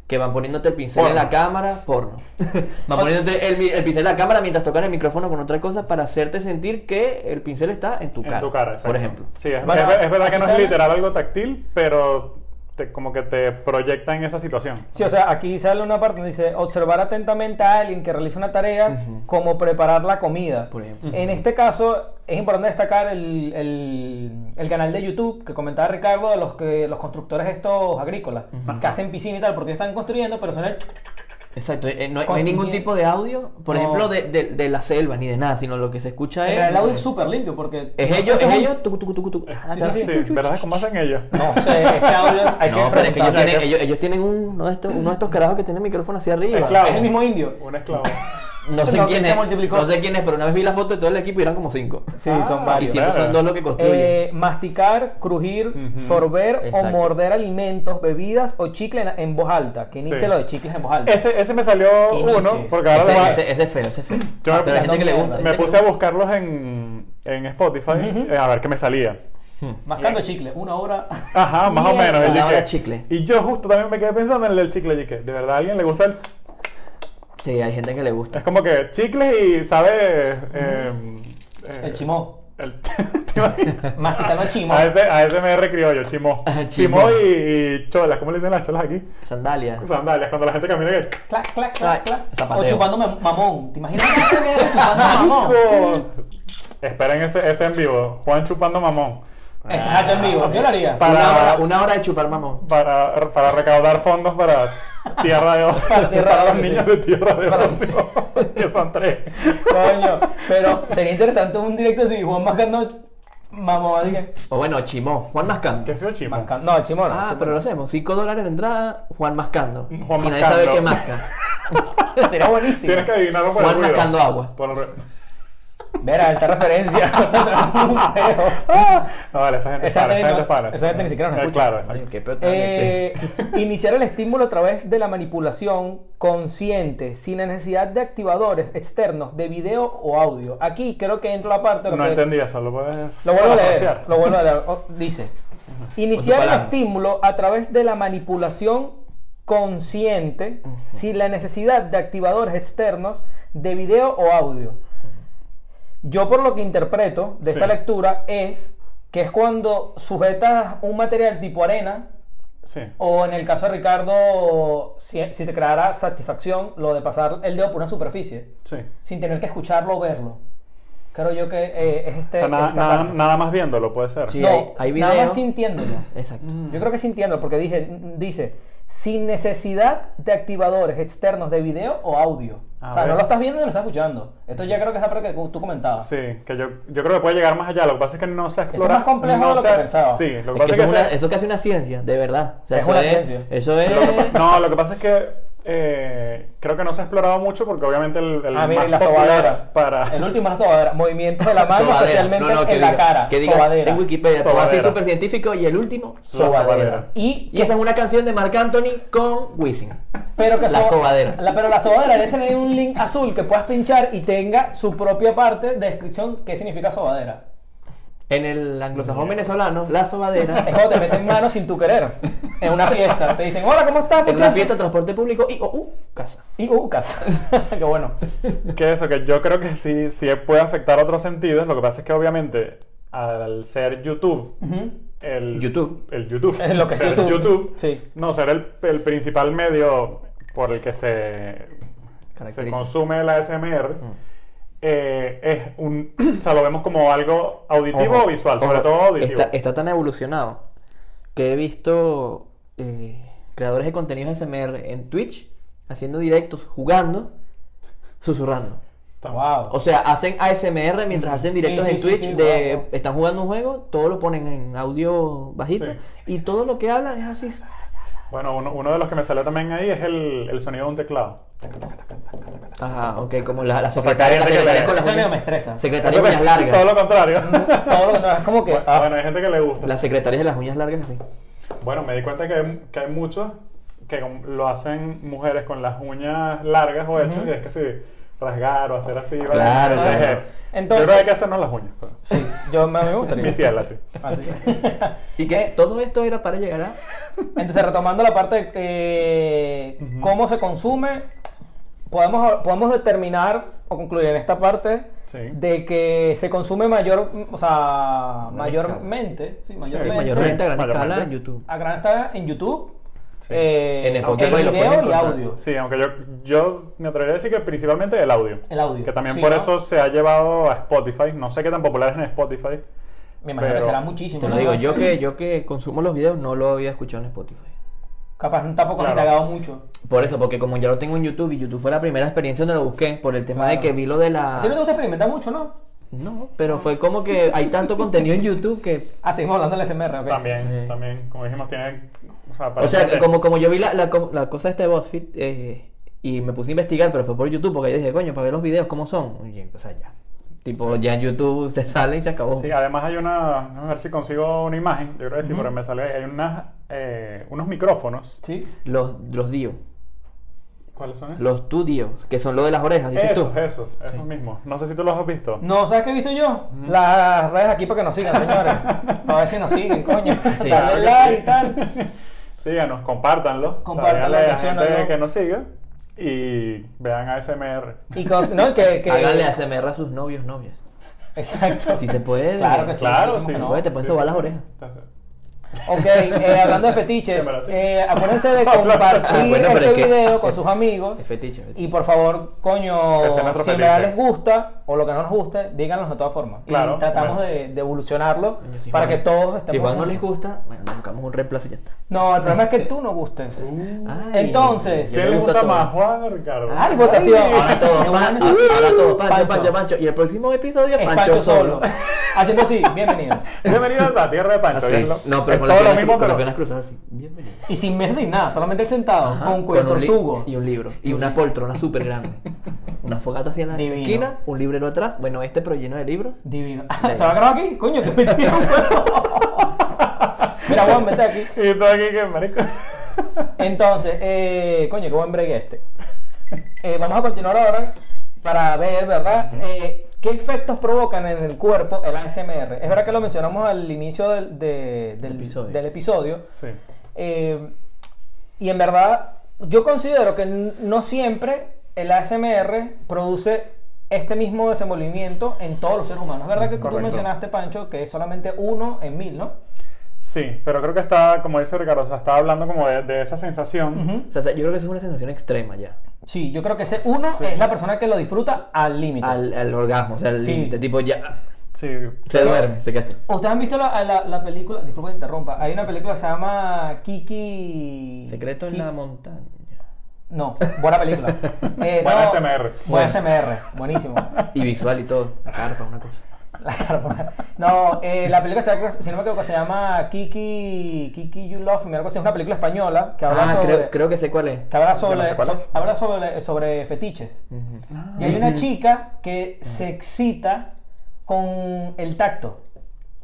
A: Que van poniéndote el pincel en
C: Porno.
A: la cámara, porno. van poniéndote el, mi- el pincel en la cámara mientras tocan el micrófono con otra cosa para hacerte sentir que el pincel está en tu
C: En
A: cara.
C: tu cara, exacto.
A: por ejemplo.
C: Sí, es,
D: Bueno,
C: es- es verdad
D: aquí
C: que no es
D: sale-
C: literal algo táctil, pero te- como que te proyecta en esa situación.
D: Sí, o sea, aquí sale una parte donde dice observar atentamente a alguien que realiza una tarea como preparar la comida.
A: Por ejemplo.
D: En este caso, es importante destacar el, el- el canal de YouTube que comentaba Ricardo de los que los constructores estos agrícolas que hacen piscina y tal, porque están construyendo, pero son el chuc, chuc, chuc,
A: Exacto. eh, no, hay- no hay ningún
D: Construye-
A: tipo de audio, por
D: No.
A: ejemplo, de, de- de la selva ni de nada, sino lo que se escucha
D: pero
A: es.
D: el audio es súper limpio porque
A: Es ellos, es ellos. tucu, tucu, tucu, tucu. Ah,
C: Sí, sí, ¿verdad? ¿Cómo hacen ellos?
D: No sé, ese audio hay que
A: no, pero es que ellos
D: preguntarle.
A: tienen, ellos, ellos tienen uno de estos, uno de estos carajos que tiene el micrófono hacia arriba.
C: Es claro.
D: Es el mismo indio.
C: Un esclavo.
A: No sé
D: No,
A: quién
D: se
A: es.
D: multiplicó.
A: No sé quién es, pero una vez vi la foto de todo el equipo y eran como cinco.
D: Sí,
C: Ah,
D: son
A: Y
D: varios.
A: siempre
C: claro.
A: son dos los que construyen.
D: Eh, masticar, crujir,
C: Ujú.
D: sorber o
A: Exacto.
D: morder alimentos, bebidas o chicle en, en voz alta. Que
C: Sí.
D: niche lo de chicles en voz alta.
C: ese, ese me salió
D: Qué
C: uno,
D: niche.
C: porque ahora lo
A: ese,
C: voy a-
A: ese- ese es feo, ese es feo.
C: Yo me-
A: pero hay gente que le gusta. hay
C: me
A: gente que
C: puse a
A: le gusta.
C: buscarlos en, en Spotify eh, a ver qué me salía.
D: Mascando chicle, una hora.
C: Ajá, más o
D: Mierda.
C: menos. y
A: La hora
C: dije-
A: chicle.
C: Y yo justo también me quedé pensando en el del chicle. Y dije, ¿de verdad a alguien le gusta el...?
A: Sí, hay gente que le gusta.
C: Es como que chicle y sabe... eh, eh,
D: El chimó.
C: el- ¿Te imaginas?
D: Masticando chimó.
C: A ese, a ese me recriollo, chimó.
A: Ajá, chimó.
C: Chimó y, y cholas, ¿cómo le dicen las cholas
A: Pues
C: aquí?
A: Sandalias.
C: Sandalias, cuando la gente camina que.
D: Clac, clac, clac, clac.
A: Zapateo.
D: O chupando mam- mamón. ¿Te imaginas que se ve chupando mamón?
C: ¡Marico! Esperen ese, ese en vivo. Juan chupando mamón.
D: Este es acto en vivo. Yo lo haría.
C: Pa- para-
A: Una, hora, una hora de chupar mamón.
C: Para, para recaudar fondos para Tierra de Osos.
D: Para
C: Para,
D: Tierra de
C: los
D: Osos,
C: niños
D: sí.
C: de Tierra de
D: Para-
C: Osos. que son tres.
D: Coño. Pero sería interesante un directo así, Juan mascando Mamá, dije.
A: O bueno, Chimó, Juan Mascando.
C: Qué feo chimo.
D: masca- No, el chimón.
A: Ah, pero lo hacemos. 5 dólares la entrada, Juan Mascando.
C: Juan
A: y nadie
C: Mascando.
A: sabe qué masca.
D: Sería buenísimo.
C: Tienes que adivinarlo por
A: Juan
C: el ruido.
A: mascando agua.
C: Por el ruido.
D: Mira, alta referencia. Un peo.
C: No, vale, esa gente es
D: Esa gente
C: para, esa
D: no-
C: gente es para.
D: esa gente ni siquiera nos
C: Eh,
D: escucha.
C: Claro, exacto.
A: Qué peor
D: Eh, iniciar el estímulo a través de la manipulación consciente, sin la necesidad de activadores externos de video o audio. Aquí creo que entra la parte. de lo
C: No
D: que-
C: entendí eso, lo puedes.
D: Lo vuelvo a leer.
C: parafrasear?
D: Lo vuelvo a leer. O- Dice: Iniciar el
A: palabra.
D: estímulo a través de la manipulación consciente, sin la necesidad de activadores externos de video o audio. Yo, por lo que interpreto de esta
C: Sí.
D: lectura, es que es cuando sujetas un material tipo arena.
C: Sí.
D: O en el caso de Ricardo, si, si te creara satisfacción lo de pasar el dedo por una superficie,
C: Sí.
D: sin tener que escucharlo o verlo. Creo yo que eh, es
C: O
D: este.
C: sea, nada,
D: esta
C: nada,
D: parte.
C: nada más viéndolo puede ser.
A: Sí.
D: no,
A: hay- hay
D: nada
A: video.
D: más sintiéndolo. Mm.
A: Exacto.
D: Yo creo que sintiéndolo, porque dije, dice, sin necesidad de activadores externos de video o audio.
C: Ah,
D: o sea, no
C: ¿ves?
D: lo estás viendo ni lo estás escuchando. Esto ya creo que es la parte que tú comentabas.
C: Sí, que yo, yo creo que puede llegar más allá. Lo que pasa es que no se ha
D: es
C: explorado.
D: más complejo
C: no
D: de lo
C: se
D: que
C: ha-
D: pensaba.
C: Sí, lo que
A: Es que eso,
C: pasa es
A: es
C: que.
A: una-
C: se-
A: eso es casi una ciencia, de verdad. O sea,
D: Es
A: eso
D: una ciencia.
A: Eso es.
C: No, lo que pasa es que. eh, creo que no se ha explorado mucho porque obviamente el. el
D: Ah, mira,
C: más
D: y la
C: popular
D: sobadera.
C: Para...
D: El último es la sobadera. Movimiento de la mano,
A: Sobadera.
D: especialmente
A: No, no, que
D: en la
A: diga-
D: cara.
A: Que diga
D: sobadera.
A: en Wikipedia, todo así
C: Sobadera.
A: súper científico y el último,
C: sobadera.
A: sobadera.
D: Y,
A: Y esa es una canción de Marc Anthony con Wisin.
D: Pero que
A: La
D: so-
A: sobadera.
D: la- pero la sobadera debe tener un link azul que puedas pinchar y tenga su propia parte de descripción qué significa sobadera.
A: En el anglosajón venezolano, la
D: Es
A: sobadera.
D: cuando te meten mano sin tu querer. En una fiesta. Te dicen, hola, ¿cómo estás?
A: en una
D: muchacho?"
A: fiesta de transporte público y oh, uh, casa.
D: Y uh, casa. qué bueno.
C: Que eso, que yo creo que sí, sí puede afectar a otros sentidos. Lo que pasa es que obviamente al ser YouTube, el
A: YouTube.
C: el YouTube,
D: Es lo que es
C: ser
D: YouTube.
C: YouTube,
D: Sí.
C: no ser el, el principal medio por el que se, se
A: Caracteriza.
C: consume la ASMR,
D: Mm.
C: eh, es un, o sea, lo vemos como algo auditivo
A: Ojo,
C: o visual, sobre
A: ojo,
C: todo auditivo.
A: Está, está tan evolucionado que he visto eh, creadores de contenidos SMR en Twitch haciendo directos, jugando, susurrando.
D: Wow.
A: O sea, hacen ASMR mientras hacen
D: Sí,
A: directos
D: sí,
A: en
D: sí,
A: Twitch
D: sí,
A: de
D: guau, guau.
A: están jugando un juego, todo lo ponen en audio bajito
C: Sí.
A: y todo lo que hablan es así.
C: Bueno, uno, uno de los que me salió también ahí es el, el sonido de un teclado.
A: Ajá, ok, como la, la secretaria, la
C: Secretaria,
A: secretaria con
D: Eso
A: las
D: sonido me
A: uñas-
D: estresa.
A: secretaria con uñas
C: Todo
A: largas.
C: lo contrario.
D: Todo lo que trabajas, como que. ah,
C: bueno, hay gente que le gusta.
A: Las secretarias de las uñas largas así.
C: Bueno, me di cuenta que hay, que hay muchos que com- lo hacen mujeres con las uñas largas o hechas, que es que si rasgar o hacer así. ¿vale?
A: Claro,
C: Entonces,
A: claro.
C: eh,
D: Entonces-
C: yo creo que hay que hacernos las uñas. pero-
D: sí, yo me, me gustaría.
C: Mi cielo, así.
D: Así.
A: Y que
D: Eh,
A: todo esto era para llegar a
D: Entonces, retomando la parte de eh, cómo se consume, podemos, podemos determinar o concluir en esta parte
C: Sí.
D: de que se consume mayor, o sea, mayormente, sí,
C: Sí,
D: mayormente,
A: mayormente a gran
C: mayormente.
A: escala en YouTube.
D: a gran escala en YouTube,
C: Sí.
D: eh,
A: En Spotify
D: el
A: lo pueden
D: video y
A: encontrar.
D: audio.
C: Sí, aunque yo, yo me atrevería a decir que principalmente el audio.
D: El audio,
C: Que también
D: sí,
C: por
D: ¿no?
C: eso se ha llevado a Spotify. No sé qué tan popular es en Spotify.
D: Me imagino que
C: Pero-
D: será muchísimo.
A: Te lo
D: ¿no?
A: digo, yo que, yo que consumo los videos no lo había escuchado en Spotify.
D: Capaz tampoco has
C: Claro.
D: indagado mucho.
A: Por eso, porque como ya lo tengo en YouTube y YouTube fue la primera experiencia donde lo busqué, por el tema
D: Claro.
A: de que vi lo de
D: A ti no te
A: la...
D: gusta experimentar mucho, ¿no?
A: No, pero fue como que hay tanto contenido en YouTube que...
D: Ah, seguimos hablando del SMR, ok.
C: También,
A: Sí.
C: también. Como dijimos, tiene. O sea,
A: O
C: parece
A: sea,
C: que-
A: como, como yo vi la, la, co- la cosa esta de BuzzFeed eh, y me puse a investigar, pero fue por YouTube, porque yo dije, coño, para ver los videos, ¿cómo son? Oye, o sea, ya. Tipo, ya en YouTube te sale y se acabó.
C: Sí, además hay una. A ver si consigo una imagen. Yo creo que sí, pero me sale. Hay unas, eh, unos micrófonos.
D: Sí.
A: Los, los Dio,
C: ¿Cuáles son?
A: los tu Dios, que son lo de las orejas, dices
C: Esos,
A: tú.
C: esos, esos mismos. No sé si tú los has visto.
D: No, ¿sabes qué he visto yo? Las redes aquí para que nos sigan, señores. Para ver si nos siguen, coño.
A: Sí,
D: Dale
C: claro que
D: like
C: sí.
D: y tal.
C: Síganos,
D: Compártanlo,
C: compártanlo. Compártanlo. a la gente
D: menciónalo.
C: que nos siga y vean ASMR.
D: Y con- no, y que, que-
A: Háganle ASMR a sus novios, novias.
D: Exacto.
A: Si se puede.
D: Claro que sí.
C: Claro,
D: decimos
C: sí.
D: que no.
A: Oye, te pueden sobar las orejas.
C: Entonces,
D: Ok, eh, hablando de fetiches,
C: Cámara, sí.
D: eh, acuérdense de compartir
A: Ah, bueno, pero
D: este
A: es que-
D: video con sus amigos.
A: Es fetiche, fetiche.
D: Y por favor, coño,
C: Que sea nuestro
D: si en verdad
C: fetiche.
D: les gusta o lo que no nos guste, díganos de todas formas.
C: Claro,
D: y tratamos
C: bueno.
D: de, de evolucionarlo
A: Coño, si
D: para
A: Juan-
D: que todos estemos.
A: Si Juan no les gusta, bueno, nos buscamos un reemplazo y ya está.
D: No, el problema es que tú no gustes.
A: Ay,
D: Entonces,
A: yo
C: ¿Quién
A: le Ah,
C: les
A: gusto a
C: gusta
A: todos.
C: más, Juan o Ricardo?
D: Ay, pues, votación.
A: Ahora todos,
D: Me
A: pan-
D: gustan esos-
A: ahora todos, Pancho,
D: Pancho.
A: Pancho, Pancho. Y el próximo episodio,
D: Es
A: Pancho, solo. Ah,
D: haciendo así, bienvenidos.
C: Bienvenidos a Tierra de Pancho.
A: Así.
C: y es lo-
A: Ah, No,
C: es
A: pero con
C: todo
A: las,
C: lo
A: piernas,
C: mismo,
A: cru- con las
C: pero-
A: piernas cruzadas así. Bienvenido.
D: Y sin mesas, sin nada, solamente el sentado,
A: Ajá,
D: con un cuello
A: un li-
D: tortugo.
A: y un libro. Y una poltrona súper grande. Una fogata así en la
D: Divino.
A: esquina, un librero atrás. Bueno, este pero lleno de libros.
D: Divino. ¿Se va a grabar aquí? Coño, que me tiene un huevo. Mira, Juan, vete aquí.
C: Y tú aquí que marico.
D: Entonces, eh, coño, qué buen break este. Eh, vamos a continuar ahora para ver, ¿verdad? Eh, ¿Qué efectos provocan en el cuerpo el ASMR? Es verdad que lo mencionamos al inicio del, de- del-
A: Episodio.
D: del episodio.
C: Sí.
D: Eh, y en verdad, yo considero que n- no siempre el ASMR produce este mismo desenvolvimiento en todos los seres humanos. Es verdad que tú
C: Correcto.
D: mencionaste, Pancho, que es solamente uno en mil, ¿no?
C: Sí, pero creo que está, como dice Ricardo, o sea, estaba hablando como de, de esa sensación.
D: Ujú.
A: O sea, yo creo que eso es una sensación extrema ya.
D: Sí, yo creo que ese uno
C: Sí.
D: es la persona que lo disfruta al límite.
A: Al, al orgasmo, o sea, al
D: Sí.
A: límite. Tipo, ya.
C: Sí.
A: Se duerme, se queda así.
D: ¿Ustedes han visto la, la- la película? Disculpen que interrumpa. Hay una película que se llama Kiki.
A: Secreto en
D: Ki-
A: la montaña.
D: No, buena película. Eh,
C: Buena ASMR.
D: Buena
A: Bueno.
D: SMR, buenísimo.
A: Y visual y todo. La carpa, una cosa.
D: La carbona. No, eh, la película, se, si no me equivoco, se llama Kiki, Kiki You Love Me, algo así. Es una película española que habla
A: Ah,
D: sobre,
A: creo, creo que sé cuál Mm. es.
D: que habla
C: Yo no
D: sobre,
C: sé cuál
D: so-
C: es.
D: habla sobre, sobre fetiches.
A: Ujú.
D: Y hay una chica que se excita con el tacto.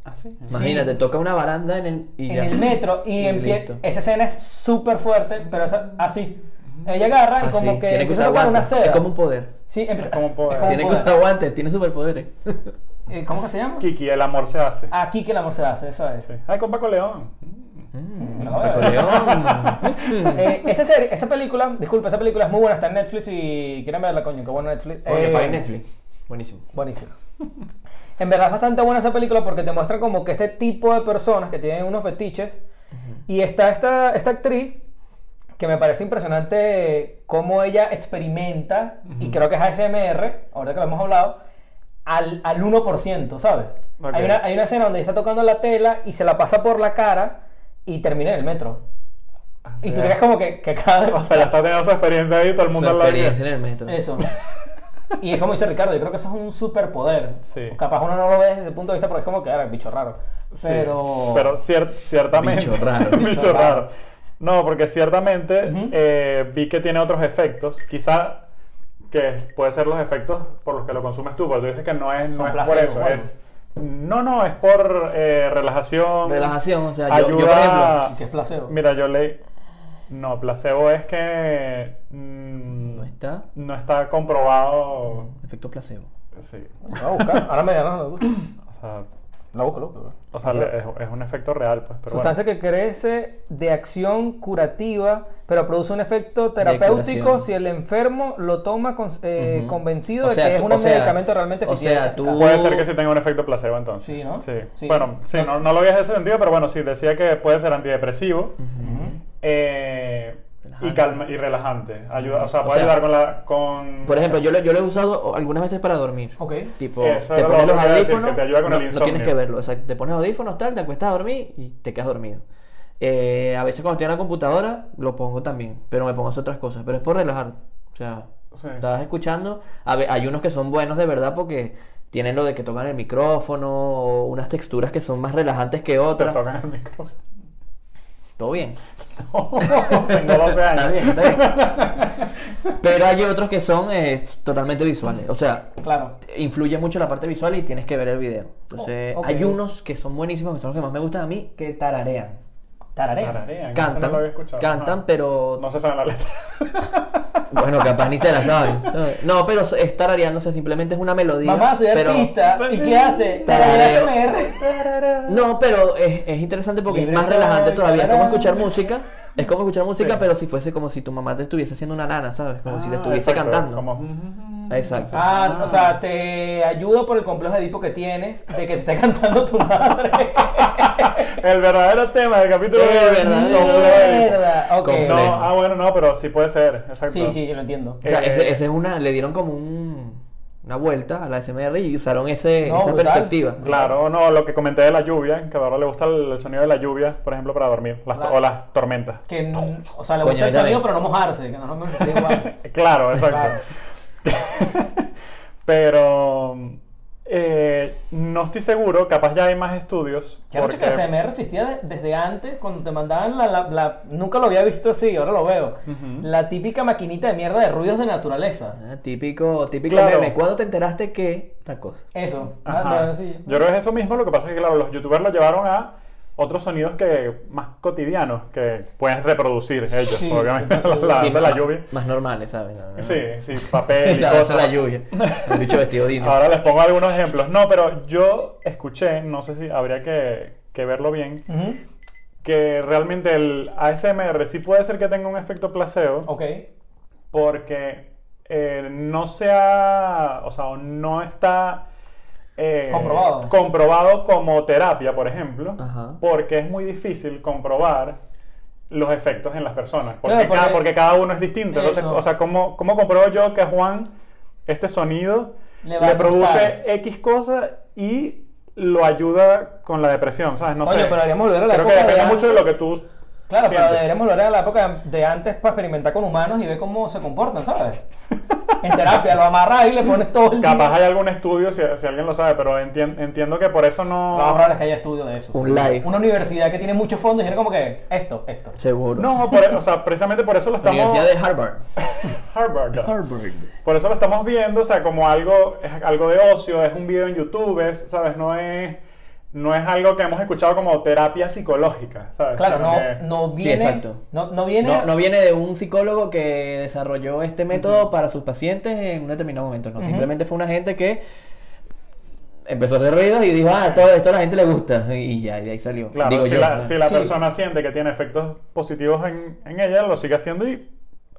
C: Ah, sí.
A: Imagínate, toca una baranda en el, y ya.
D: en el metro y,
A: listo.
D: empieza. Esa escena es súper fuerte, pero es así. Ella agarra y
A: Así,
D: como que
A: Ah, tiene que
D: empieza a
A: usar
D: tocar una
A: guantes.
D: seda.
A: Es como un poder.
D: Sí, empieza.
C: Es como un poder.
D: es como
A: Tiene que
D: poder.
A: usar guantes, tiene superpoderes.
D: Eh, ¿Cómo que se llama?
C: Kiki, el amor se hace.
A: Ah.
D: Aquí que el amor se hace, eso es.
C: Sí. Ay, con Paco León.
A: Mm,
D: No,
A: Paco
D: eh.
A: León.
D: Eh, esa, serie- esa película, disculpa, esa película es muy buena, está en Netflix y quieren verla, coño, qué bueno Netflix.
A: Porque
D: Eh,
A: pagué Netflix. Buenísimo.
D: Buenísimo. En verdad es bastante buena esa película porque te muestra como que este tipo de personas que tienen unos fetiches. Y está esta, esta actriz que me parece impresionante cómo ella experimenta, y creo que es ASMR, ahora que lo hemos hablado, al, al 1%, ¿sabes?
C: Ok.
D: Hay, una, hay una escena donde ella está tocando la tela y se la pasa por la cara y termina en el metro. Y tú
C: sea.
D: te quedas como que, que acaba de
C: O sea,
D: pasar.
C: ya está teniendo su experiencia ahí, todo el
A: Su
C: mundo al lado de
A: experiencia en el metro.
D: Eso. Y es como dice Ricardo, yo creo que eso es un superpoder.
C: Sí.
D: Capaz uno no lo ve desde ese punto de vista porque es como que era bicho raro.
C: Sí,
D: Pero.
C: pero cier- ciertamente.
A: Bicho raro.
C: Bicho raro. No, porque ciertamente
D: Ujú.
C: eh, vi que tiene otros efectos. Quizá que puede ser los efectos por los que lo consumes tú, pero tú dices que no es,
D: Son
C: no es por
D: placebo,
C: eso.
D: bueno.
C: Es, no, no, es por eh, relajación.
A: Relajación, o sea, yo, yo, por
C: ayuda-
A: ejemplo.
D: Que es placebo.
C: Mira, yo leí. No, placebo es que. mm,
A: No está.
C: No está comprobado.
D: Mm.
A: Efecto placebo.
C: Sí.
D: Lo voy a buscar. Ahora me dirán, lo busco.
C: O sea,
D: Lo busco, lo busco.
C: o sea, le- es, es un efecto real, pues. Pero bueno.
D: Sustancia que crece de acción curativa, pero produce un efecto terapéutico
A: curación.
D: si el enfermo lo toma con- eh,
A: Ujú.
D: convencido
A: O
D: de
A: sea,
D: que es
A: tú-
D: un
A: o sea,
D: medicamento realmente
A: o
D: eficiente.
A: sea, tú-
D: eficaz.
C: Puede ser que sí tenga un efecto placebo entonces.
D: Sí, ¿no?
C: Sí.
D: Sí.
C: Bueno, sí, no, no lo vi en ese sentido, pero bueno, sí, decía que puede ser antidepresivo eh, y,
A: Relajante.
C: calma, y relajante. Ayuda, o sea,
A: O
C: puede
A: sea,
C: ayudar con la... Con,
A: Por ejemplo, yo lo, yo lo he usado algunas veces para dormir.
D: Ok.
A: Tipo,
C: Eso
A: te
C: era lo
A: pones
C: otro
A: los
C: que iba a decir,
A: audífonos.
C: que te ayuda con
A: no,
C: el
A: no
C: insomnio.
A: tienes que verlo. O sea, te pones audífonos, tal, te acuestas a dormir y te quedas dormido. Eh, a veces cuando estoy en la computadora lo pongo también, pero me pongo a hacer otras cosas. Pero es por relajar. O sea,
C: Sí.
A: estás escuchando. A ve- hay unos que son buenos de verdad porque tienen lo de que tocan el micrófono o unas texturas que son más relajantes que
C: Te
A: otras.
C: tocan el micrófono.
A: Todo bien.
C: Tengo 12 años.
A: Está bien, está bien. Pero hay otros que son eh, totalmente visuales. O sea,
D: Claro.
A: influye mucho la parte visual y tienes que ver el video. Entonces,
D: Oh, ok.
A: hay unos que son buenísimos, que son los que más me gustan a mí, que tararean.
D: Tararea.
C: Tararean, eso no
A: Cantan,
C: lo había escuchado.
A: cantan,
C: Ajá.
A: pero
C: No se sabe la letra.
A: bueno, capaz ni se la saben. No, pero es tarareando, o sea, simplemente es una melodía.
D: Mamá, soy
A: pero...
D: artista. ¿Y qué hace?
A: Tarareo.
D: Tararea SMR.
A: No, pero es, es interesante porque es
D: Libre
A: más
D: soy,
A: relajante todavía. Es como
D: tararán.
A: escuchar música. Es como escuchar música,
C: Sí.
A: pero si fuese como si tu mamá te estuviese haciendo una nana, ¿sabes? Como si te
C: Ah,
A: estuviese
C: exacto,
A: cantando.
C: como-
A: Exacto.
D: Ah, o sea, te ayudo por el complejo de Edipo que tienes de que te esté cantando tu madre.
C: El verdadero tema del capítulo
A: El
C: de-
A: verdadero.
C: complejo.
D: Mierda. Ok.
A: Con-
C: No,
A: Complejo.
C: ah, bueno, no, pero sí puede ser. Exacto.
D: Sí, sí, yo lo entiendo.
A: O sea,
C: Eh,
A: ese, ese es una, le dieron como un- una vuelta a la SMR y usaron ese,
D: No,
A: esa
D: brutal.
A: perspectiva.
C: Claro, no, lo que comenté de la lluvia, que ahora le gusta el, el sonido de la lluvia, por ejemplo, para dormir, las to-
D: Claro.
C: o las tormentas.
D: Que, n- o sea, le
A: Coño,
D: gusta el
A: yo
D: sonido,
A: también.
D: pero no mojarse, que no no me gusta
C: Eh,
D: igual.
C: Claro, exacto.
D: Claro.
C: Pero Eh, no estoy seguro, capaz ya hay más estudios.
D: Qué arrecho que el CMR existía de- desde antes, cuando te mandaban la, la- la- Nunca lo había visto así, ahora lo veo.
C: Ujú.
D: La típica maquinita de mierda de ruidos de naturaleza.
A: Ah, típico, típico
C: Claro.
A: meme. ¿Cuándo te enteraste que la cosa?
D: Eso.
C: Ajá.
D: Ah, no, sí.
C: Yo creo que es eso mismo, lo que pasa es que claro, los youtubers lo llevaron a otros sonidos que más cotidianos que pueden reproducir ellos,
D: Sí,
C: obviamente
D: sí, sí.
C: la
A: Sí,
C: danza de la
A: más,
C: lluvia.
A: Más normales, ¿sabes? No, no.
C: Sí, sí, papel y
A: la danza de
C: cosas.
A: la lluvia. Un bicho vestido de indio.
C: Ahora les pongo algunos ejemplos. No, pero yo escuché, no sé si habría que, que verlo bien,
D: Ujú.
C: que realmente el ASMR sí puede ser que tenga un efecto placebo
D: Ok.
C: porque eh, no se ha, o sea, o no está eh,
D: Comprobado.
C: comprobado como terapia, por ejemplo,
A: Ajá.
C: porque es muy difícil comprobar los efectos en las personas, porque,
D: Claro,
C: cada,
D: porque-
C: porque cada uno es distinto. Entonces,
D: Eso.
C: o sea, ¿cómo, ¿cómo compruebo yo que a Juan este sonido
D: Le
C: le,
D: va a gustar.
C: produce X cosa y lo ayuda con la depresión? ¿Sabes? No
D: Coño,
C: sé.
D: pero deberíamos volver a la
C: Creo que
D: época de
C: depende mucho de lo que
D: antes.
C: tú
D: Claro, pero
C: sientes.
D: deberíamos volver a la época de antes para experimentar con humanos y ver cómo se comportan, ¿sabes? en terapia, lo amarras y le pones todo el
C: Capaz
D: día.
C: hay algún estudio, si, si alguien lo sabe, pero entien- entiendo que por eso
D: Lo más
C: no...
D: probable es que haya estudio de eso.
A: Un
D: seguro.
A: live.
D: Una universidad que tiene muchos fondos y era como que esto, esto.
A: Seguro.
C: No, por- o sea, precisamente por eso lo estamos...
A: Universidad de Harvard.
C: Harvard.
A: Harvard.
C: Por eso lo estamos viendo, o sea, como algo, es algo de ocio, es un video en YouTube, es, ¿sabes? No es, no es algo que hemos escuchado como terapia psicológica, ¿sabes?
D: Claro,
C: Sino que-
D: no, no
A: Sí,
D: viene.
A: exacto.
D: No, no viene.
A: No, no viene de un psicólogo que desarrolló este método para sus pacientes en un determinado momento. No, simplemente fue una gente que empezó a hacer ruidos y dijo, ah, todo esto a la gente le gusta. Y ya, y de ahí salió.
C: Claro,
A: Digo
C: si,
A: yo,
C: la,
A: ¿no?
C: si la
D: Sí.
C: persona siente que tiene efectos positivos en, en ella, lo sigue haciendo y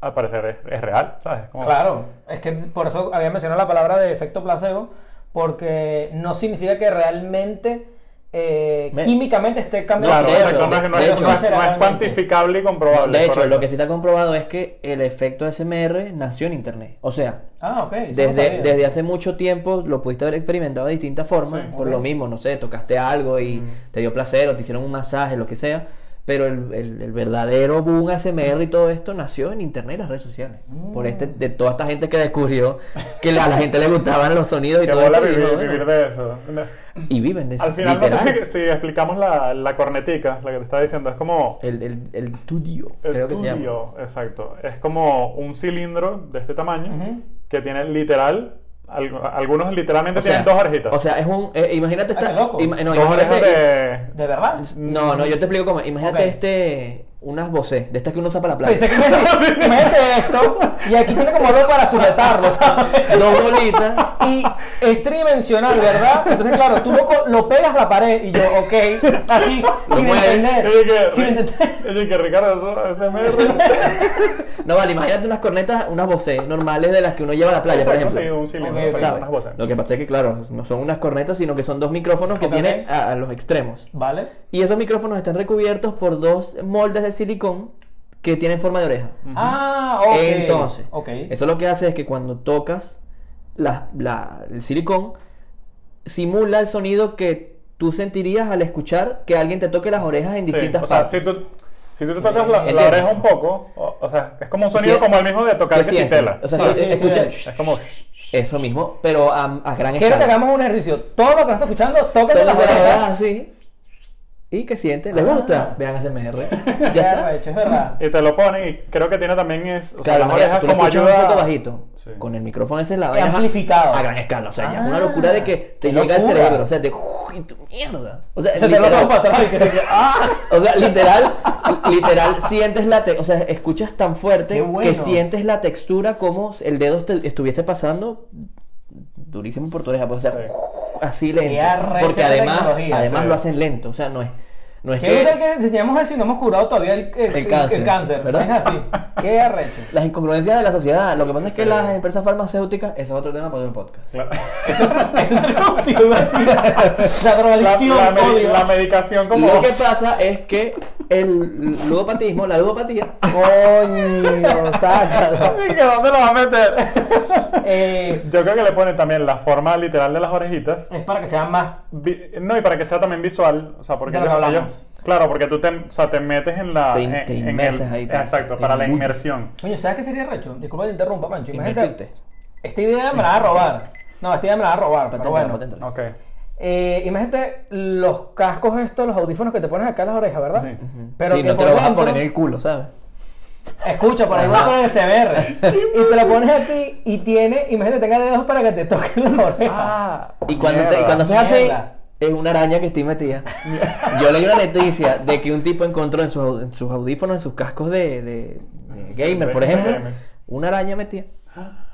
C: al parecer es, es real, ¿sabes? Como-
D: Claro, es que por eso había mencionado la palabra de efecto placebo, porque no significa que realmente eh,
A: Me-
D: químicamente esté cambiando.
C: Claro,
A: de hecho,
C: exacto, no es, no
A: de
C: es-
A: hecho.
C: no es- no es
D: Sinceramente.
C: cuantificable y
A: No,
C: comprobable.
A: de hecho,
C: correcto.
A: lo que sí está comprobado es que el efecto SMR nació en Internet. O sea,
D: Ah, ok. eso no
A: desde,
D: sabía.
A: desde hace mucho tiempo lo pudiste haber experimentado de distintas formas.
C: Sí.
A: por lo mismo, no sé, tocaste algo y te dio placer o te hicieron un masaje, lo que sea. Pero el, el- el verdadero boom ASMR y todo esto nació en internet y las redes sociales. Por este,
C: Mm.
A: de toda esta gente que descubrió que la- a la gente le gustaban los sonidos y
C: Que
A: todo
C: bola
A: esto, y
C: vivir,
A: dijo, bueno,
C: vivir de eso.
A: y viven de eso.
C: Al final,
A: literal.
C: no sé si, si explicamos la, la cornetica, la que te estaba diciendo, es como
A: El, el, el tudio,
C: el
A: creo que se llama.
C: tudio, exacto. Es como un cilindro de este tamaño
D: Ujú.
C: que tiene literal, al- algunos literalmente
A: O
C: tienen
A: sea,
C: dos orejitas.
A: O sea, es un. eh, imagínate
D: Ah,
A: esta.
D: qué loco.
A: ima- no,
C: dos orejas
A: imagínate-
C: de...
D: ¿De verdad?
A: No, no, yo te explico cómo. Imagínate
D: Ok.
A: este. Unas voces, de estas que uno usa para la playa.
D: Pensé que me decía, mete esto y aquí tiene como dos para sujetarlo, ¿sabes?
A: Dos bolitas.
D: Y es tridimensional, ¿verdad? Entonces, claro, tú lo, co- lo pegas a la pared y yo, ok, así,
A: Lo
D: sin
A: mueves.
C: Oye,
D: entender.
C: que,
D: Sin entender.
C: oye, que Ricardo, eso, ese me-
A: No, vale, imagínate unas cornetas, unas voces normales de las que uno lleva a la playa, por
C: Exacto,
A: ejemplo.
C: sí, un cilindro,
D: Ok,
C: exacto,
A: ¿Sabes?
C: unas voces.
A: Lo que pasa es que, claro, no son unas cornetas, sino que son dos micrófonos que
D: Ok.
A: tienen a, a los extremos.
D: Vale.
A: Y esos micrófonos están recubiertos por dos moldes de silicón que tienen forma de oreja.
D: Ah, ok.
A: Entonces,
D: Ok.
A: eso lo que hace es que cuando tocas la- la- el silicón, simula el sonido que tú sentirías al escuchar que alguien te toque las orejas en
C: Sí,
A: distintas
C: o sea,
A: partes.
C: si tú, si tú te tocas la, la
A: Entiendo.
C: oreja un poco, o, o sea, es como un sonido
A: Sí,
C: como el mismo de tocar
A: ¿Qué
C: que sin
A: sientes?
C: tela.
A: O sea,
D: Sí,
A: que-
D: sí, sí,
A: escucha
D: sí.
C: es como...
A: eso mismo, pero a, a gran
D: Quiero que
A: escala.
D: hagamos un ejercicio. Todo lo que estás escuchando, tócate
A: Entonces,
D: las
A: la verdad,
D: orejas.
A: así. ¿Y qué sienten? ¿Les
D: Ah.
A: gusta? Vean SMR.
D: Ya,
A: Ya está.
D: hecho, es verdad.
C: Y te lo ponen y creo que tiene también es... O sea,
A: Claro,
C: las
A: imagínate,
C: orejas
A: tú lo
C: como
A: escuchas
C: ayuda...
A: un poco bajito.
C: Sí.
A: Con el micrófono ese la vaina
D: Amplificado.
A: A gran escala. O sea, ya es
D: Ah,
A: una locura de que
D: qué
A: te llega al
D: locura.
A: cerebro. O sea, te. y tu mierda! O sea,
D: Se te
A: literal,
D: lo para atrás y que se quede- ¡Ah!
A: O sea, literal, literal, sientes la te- o sea, escuchas tan
D: Qué
A: fuerte
D: bueno.
A: que sientes la textura como si el dedo te- estuviese pasando durísimo por tu oreja, pues, o sea,
C: Sí.
A: así
D: Qué
A: lento,
D: arrecha
A: porque
D: esa
A: además,
D: tecnología.
A: además
C: Sí.
A: lo hacen lento, o sea, no es, no es
D: ¿Qué brutal
A: que
D: que enseñamos eso y no hemos curado todavía el, el-
A: El cáncer,
D: el cáncer,
A: ¿verdad?
D: Es así. Qué arrecho.
A: las incongruencias de la sociedad, lo que pasa es que
C: Sí.
A: las empresas farmacéuticas, ese es otro tema para otro podcast.
C: Claro.
D: Es un negocio, iba a decir. La
C: La,
D: drogadicción,
C: la medi-
D: odio.
C: la medicación como...
A: Lo que pasa es que el ludopatismo, la ludopatía,
D: Coño, sácalo.
C: ¿Y que ¿Dónde lo vas a meter?
D: Eh,
C: Yo creo que le ponen también la forma literal de las orejitas.
D: es para que sea más.
C: Vi- No, y para que sea también visual, o sea, porque
D: De lo que
C: ellos-
D: hablamos.
C: ellos- claro, porque tú te, o sea, te metes en la...
A: Te in-
C: en,
A: te
C: en
A: inmersas
C: el-
A: ahí, te-
C: Exacto,
A: te
C: para la
A: imbuyes.
C: inmersión.
D: Coño, ¿sabes qué sería arrecho? Disculpa que te interrumpa, Pancho. Imagínate.
A: Invertirte.
D: Esta idea me la van a robar. No, este ya me la va a robar, pero
A: Paténtalo,
D: bueno.
A: paténtalo.
C: Ok.
D: Eh, imagínate los cascos estos, los audífonos que te pones acá en las orejas, ¿verdad?
C: Sí.
A: Pero sí,
D: que
A: no te
D: por
A: lo vas a
D: dentro-
A: poner en el culo, ¿sabes?
D: Escucha, por ahí voy a poner el CBR. y te lo pones a ti y tiene, imagínate, tenga dedos para que te toquen las orejas.
C: Ah,
A: Y cuando, te, y
C: mierda.
A: cuando haces así,
D: Mierda.
A: es una araña que estoy metida. Yo leí una noticia de que un tipo encontró en sus, au- en sus audífonos, en sus cascos de, de- de gamer, por
C: de
A: ejemplo,
C: gamer.
A: una araña metida.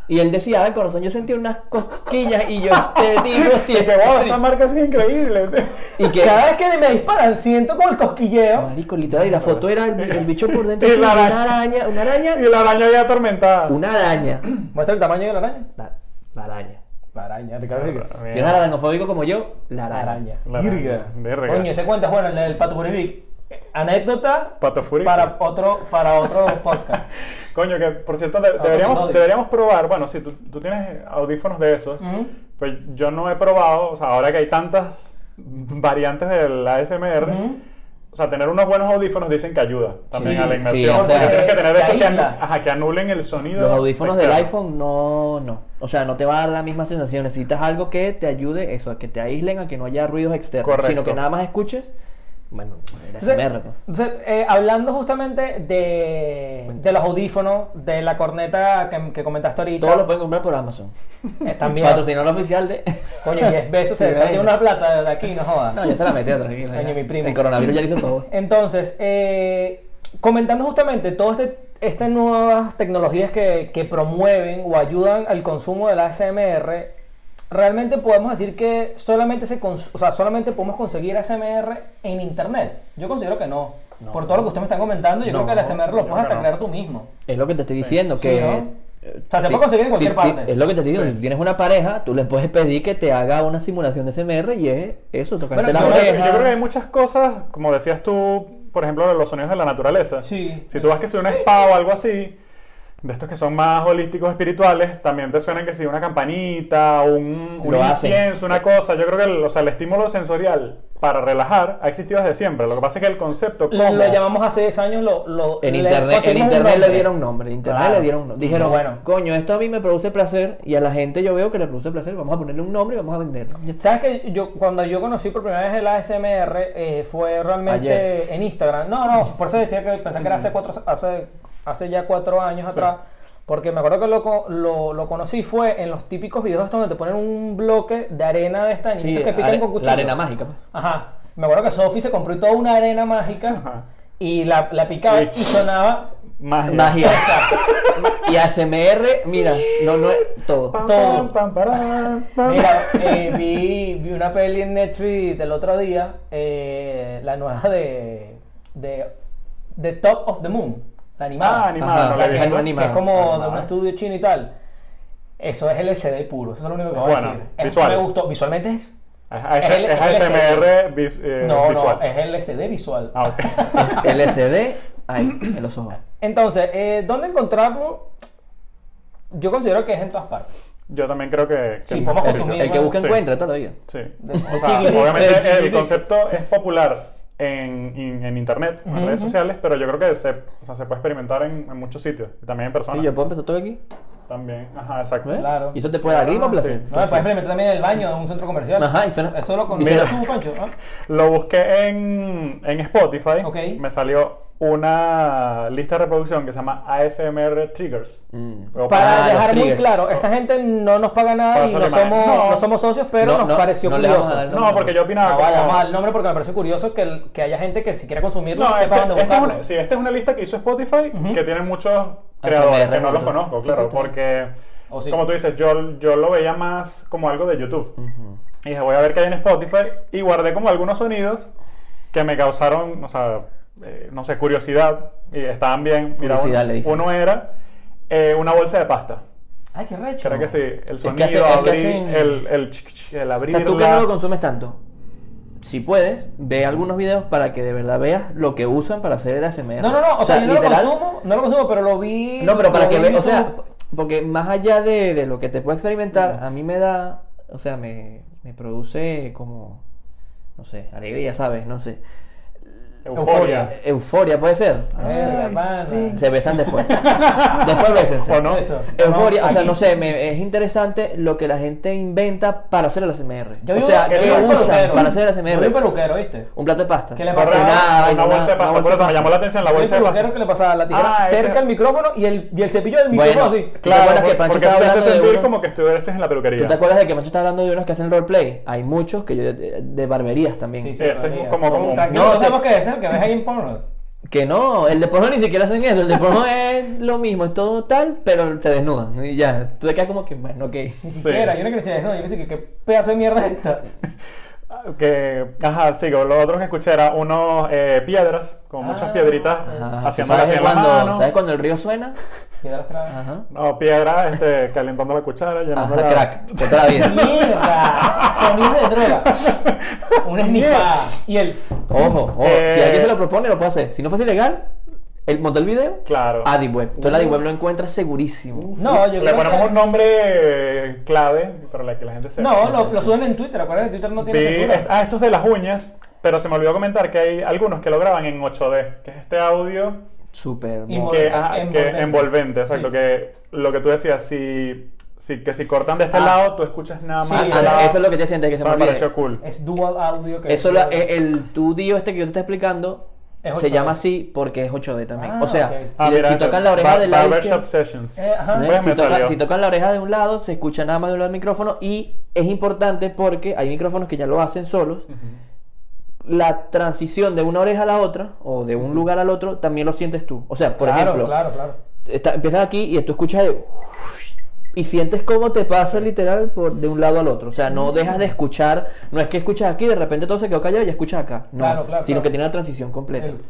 A: Y él decía, al corazón, yo sentí unas cosquillas y yo te digo si
C: Y
A: es
C: que wow,
A: verdad".
C: esta marca sí es increíble.
A: Y que,
D: Cada vez que me disparan, siento como el cosquilleo.
A: marico, literal, y la foto era el, el bicho por dentro,
C: Y
A: así,
C: la
A: una
C: araña.
A: araña, una araña,
C: y la araña ya atormentada.
A: una araña.
D: Muestra el tamaño de la araña.
A: La, la araña.
D: La araña, Ricardo.
C: Mira,
A: Si eres aranofóbico como yo, la
D: La
A: araña.
D: araña.
C: La araña. Verga.
D: Coño, ese cuento es bueno, el del Pato Buribic. Anécdota
C: Pato Furico.
D: para otro, para otro podcast.
C: Coño, que por cierto,
A: Ah,
C: de-
D: Otro
C: deberíamos,
D: episodio.
C: deberíamos probar. Bueno, si tú, tú tienes audífonos de esos,
D: Ujú.
C: pues yo no he probado. O sea, ahora que hay tantas variantes del ASMR,
D: Ujú.
C: o sea, tener unos buenos audífonos dicen que ayuda también
A: Sí,
C: a la
A: sí,
C: inmersión.
A: o sea,
C: porque tienes que tener
D: te
C: estos que, anu-
D: aísla.
C: ajá, que anulen el sonido.
A: Los audífonos del
C: externo.
A: iPhone no, no. O sea, no te va a dar la misma sensación. Necesitas algo que te ayude eso, a que te aíslen, a que no haya ruidos externos,
C: Correcto.
A: sino que nada más escuches. Bueno, era ASMR,
D: Entonces,
A: pues.
D: entonces, eh, hablando justamente de, de los audífonos, de la corneta que, que comentaste ahorita.
A: Todos los pueden comprar por Amazon.
D: eh, también.
A: Patrocinador oficial de.
D: Coño, 10 besos,
A: Sí,
D: se
A: venga.
D: tiene una plata de aquí, no jodas.
A: No, ya se la metí a tranquila.
D: Coño,
A: ya.
D: mi primo.
A: El coronavirus ya le hizo el favor.
D: Entonces, eh, comentando justamente todas este, estas nuevas tecnologías que, que promueven o ayudan al consumo del ASMR, realmente podemos decir que solamente, se cons- o sea, solamente podemos conseguir ASMR en Internet. Yo considero que no.
A: No.
D: Por todo lo que ustedes me están comentando, yo
A: No,
D: creo que el ASMR lo
C: yo creo
D: puedes hasta
C: que no.
D: crear tú mismo.
A: Es lo que te estoy diciendo, que...
D: Sí, ¿no?
A: eh,
D: O sea, se puede conseguir en cualquier
A: sí, sí,
D: parte.
A: es lo que te estoy diciendo. Si tienes una pareja, tú le puedes pedir que te haga una simulación de SMR y es eso, tocarte
D: Bueno,
A: las
C: Yo creo, que- yo
A: orejas.
C: creo que hay muchas cosas, como decías tú, por ejemplo, de los sonidos de la naturaleza.
D: Sí.
C: Si tú vas que si un spa o algo así, de estos que son más holísticos espirituales, también te suenan que si una campanita, un, un
A: Lo hacen.
C: incienso,
D: Eh.
C: una cosa. Yo creo que el, o sea, el estímulo sensorial para relajar ha existido desde siempre. Lo que pasa es que el concepto como...
D: Lo, lo llamamos hace 10 años, lo... lo-
A: En
D: le
A: internet, en
D: conseguimos un
A: internet le
D: nombre.
A: dieron nombre, en internet
D: Claro.
A: le dieron nombre. Dijeron,
D: Bueno.
A: coño, esto a mí me produce placer y a la gente yo veo que le produce placer, vamos a ponerle un nombre y vamos a venderlo. Ya está.
D: ¿Sabes que yo cuando yo conocí por primera vez el ASMR eh, fue realmente
A: Ayer.
D: en Instagram? No, no, por eso decía que pensé que era hace cuatro, hace, hace ya cuatro años
C: Sí.
D: atrás. Porque me acuerdo que lo, co- lo, lo conocí fue en los típicos videos estos donde te ponen un bloque de arena de esta
A: Sí,
D: niñitas que pican
A: are-
D: con cuchillo.
A: la arena mágica. pues.
D: Ajá. Me acuerdo que Sophie se compró toda una arena mágica
C: Ajá.
D: y la, la picaba
C: Sí.
D: y sonaba
C: Magia.
A: Magia. y ASMR, mira, no, no es todo.
C: Pam,
D: todo.
C: pam, pam, parán, pam.
D: Mira, eh, vi, vi una peli en Netflix del otro día, eh, la nueva de, de The Top of the Moon, la animada,
C: Ah, animada,
A: Ajá,
C: no la he
A: es
C: visto.
D: que
A: animada.
D: es como de un
C: animada.
D: estudio chino y tal. Eso es LCD puro, eso es lo único que voy
C: Bueno,
D: a decir. Es-
C: visual.
D: Me gustó, visualmente es...
C: Es, es-
D: Es L-
C: es
D: es
C: ASMR vis- eh,
D: no,
C: visual.
D: no, es LCD visual.
C: Ah, ok.
A: Es LCD, ahí, en los ojos.
D: Entonces, eh, ¿dónde encontrarlo? Yo considero que es en todas partes.
C: Yo también creo que... que
D: Sí, podemos
C: sí,
D: consumir.
A: El que busca
C: Sí.
A: encuentra toda la vida.
C: Sí.
D: De-
C: O sea,
D: de-
C: Ah, obviamente
D: de-
C: el concepto es popular en, en- en internet, en redes sociales, pero yo creo que se, o sea, se puede experimentar en, en muchos sitios. Y también en
A: Y
C: personas.
A: yo puedo empezar todo aquí.
C: También. Ajá, exacto.
A: ¿ves?
D: Claro. Ah,
A: Y eso te puede dar grima o
C: Sí.
A: placer.
D: No, me puedes experimentar también en el baño de un centro comercial.
A: Ajá, y suena-
D: Eso lo
A: y
D: conoces
A: suena-
D: tú, Pancho. ¿ah?
C: Lo busqué en, en Spotify.
D: Ok.
C: Me salió una lista de reproducción que se llama ASMR Triggers.
A: Mm.
C: O
D: Para
A: Ah,
D: dejar
A: los
D: muy
A: triggers.
D: claro, esta gente no nos paga nada
C: Para
D: y
C: hacer
D: no
C: imagen.
D: somos,
C: No.
D: no somos socios, pero
A: No,
D: nos
A: no,
D: pareció
A: no le vamos
D: curioso.
A: a dar
C: No, porque yo opinaba
D: No, Ah,
C: como-
D: vaya mal el nombre porque me pareció curioso que, el- que haya gente que si quiera consumirlo
C: No,
D: no sepa
C: este,
D: dónde
C: esta es
D: buscarlo.
C: una, sí, esta es una lista que hizo Spotify
D: Ujú.
C: que tiene
A: Ah,
C: muchos creadores que no los
A: juntos.
C: conozco,
A: Sí,
C: claro,
A: sí, sí.
C: porque
D: O sí.
C: como tú dices, yo, yo lo veía más como algo de YouTube. Y dije, voy a ver qué hay en Spotify y guardé como algunos sonidos que me causaron, o sea, eh, no sé, curiosidad y estaban bien. Mira,
A: Curiosidad,
C: uno,
A: le dicen.
C: uno era eh, una bolsa de pasta.
D: Ay, qué recho.
C: ¿Será que sí? El
A: Es que
C: sonido,
A: hace- es que
C: abrir,
A: hacen-
C: el, el, ch- ch- el
A: O
C: abrirla.
A: sea, tú que no lo consumes tanto, si puedes, ve algunos videos para que de verdad veas lo que usan para hacer el ASMR.
D: No, no, no, o, sea, yo no
A: literal-
D: lo consumo, no lo consumo, pero lo vi.
A: No, pero para
D: lo
A: que
D: vi
A: veas,
D: en
A: o sea,
D: YouTube.
A: porque más allá de, de lo que te puede experimentar, a mí me da, o sea, me, me produce como, no sé, alegría, ¿sabes? No sé.
C: Euforia.
A: Euforia, puede ser.
D: Ah,
E: Verga, pana.
A: Se besan después. después bésense.
C: ¿O no?
E: Eso.
A: Euforia,
E: No,
A: o sea,
E: aquí-
A: no sé, me- es interesante lo que la gente inventa para hacer el ASMR.
E: Yo vi
A: o sea,
E: un- yo
A: ¿qué
E: vi un
A: usan
E: peluquero.
A: para hacer
E: Yo
A: el
E: vi un
A: ASMR?
E: peluquero, ¿viste?
A: Un plato de pasta.
E: ¿Qué le
A: Una
E: pasa?
A: vaina,
C: Una bolsa de pasta. Por eso me llamó la atención la
D: El
C: bolsa de
D: peluquero
C: pasta.
D: que le pasaba la tijera
C: Ah, ese-
D: cerca al micrófono y el, y el cepillo del
A: Bueno,
D: micrófono así.
A: ¿te acuerdas
C: Claro,
A: que
C: por-
A: Pancho
C: porque
A: estaba
C: te hace
A: hablando de
C: sentir
A: uno?
C: como que estuvieses en la
A: ¿Tú
C: peluquería.
A: te acuerdas de que Macho está hablando de unos que hacen roleplay? Hay muchos que yo de, de barberías también.
E: Sí, sí.
C: Ese es como común.
E: Tranquilo,
A: No,
E: no,
A: te-
E: sabemos qué es el que ves ahí en porno.
A: Que no, el de porno ni siquiera hacen eso. El de porno es lo mismo, es todo tal, pero te desnudan. Y ya, tú te quedas como que, bueno, ok.
E: Ni
C: Sí.
E: siquiera, yo no crecía, no, yo decía que qué pedazo de mierda es esta.
C: Ah, Que, ajá, sí, que lo otro que escuché era unos eh, piedras, con muchas piedritas
A: Ah, Ajá.
C: haciendo
A: ¿Sabes,
C: así en la
A: cuando,
C: mano.
A: ¿Sabes cuando el río suena?
E: Piedra atrás.
A: Ajá.
C: No, piedras este, calentando la cuchara, llenando
A: Ajá,
C: la...
A: crack. De toda la vida.
E: ¡Mierda! Sonido de droga. Una esnifada.
D: Y él,
A: Ojo, ojo. Si
C: Eh.
A: alguien se lo propone, lo puede hacer. Si no fuese ilegal, el monta el video.
C: Claro.
A: AdiWeb. Tú en
C: Uh.
A: AdiWeb lo encuentras segurísimo.
E: No, yo
C: Le
E: creo
C: ponemos
E: que-
C: un nombre eh, clave para que la gente sepa.
E: No, lo, lo suben en Twitter, acuérdate que Twitter no tiene
C: Vi-
E: censura.
C: est- ah, estos de las uñas, pero se me olvidó comentar que hay algunos que lo graban en 8D, que es este audio
A: Súper.
E: Y
A: mo-
E: mo-
C: que, ajá, que
E: Envolvente.
C: envolvente. exacto,
E: Sí.
C: que lo que tú decías, si, si- que si cortan de este
E: Ah.
C: lado, tú escuchas nada
E: Sí,
C: más.
E: ah,
C: de este lado.
A: Ah, eso es lo que te sientes que se
C: Eso
A: me
C: me
A: olvide.
C: pareció cool.
E: Es dual audio que
A: Eso la- el, el tudio este que yo te estoy explicando
E: Es
A: se
E: 8D.
A: llama así porque es 8D también.
E: Ah,
A: o sea,
E: ok.
A: si,
C: Ah, mira,
A: si
C: esto,
A: tocan la oreja
C: Bar-
A: del lado
C: Barbershop
A: izquierdo-
C: Sessions.
E: Eh, ajá.
A: ¿Ves?
C: ¿Ves?
A: Si,
C: Me
A: toca-
C: salió.
A: si tocan la oreja de un lado, se escucha nada más de un lado del micrófono y es importante porque hay micrófonos que ya lo hacen solos. La transición de una oreja a la otra o de un lugar al otro también lo sientes tú. O sea, por
E: claro,
A: ejemplo,
E: claro, claro.
A: está- empiezas aquí y tú escuchas de- y sientes cómo te pasa literal por de un lado al otro. O sea, no dejas de escuchar. No es que escuchas aquí y de repente todo se quedó callado y ya escuchas acá. No,
E: Claro, claro,
A: sino
E: claro.
A: que tiene una transición completa.
E: El-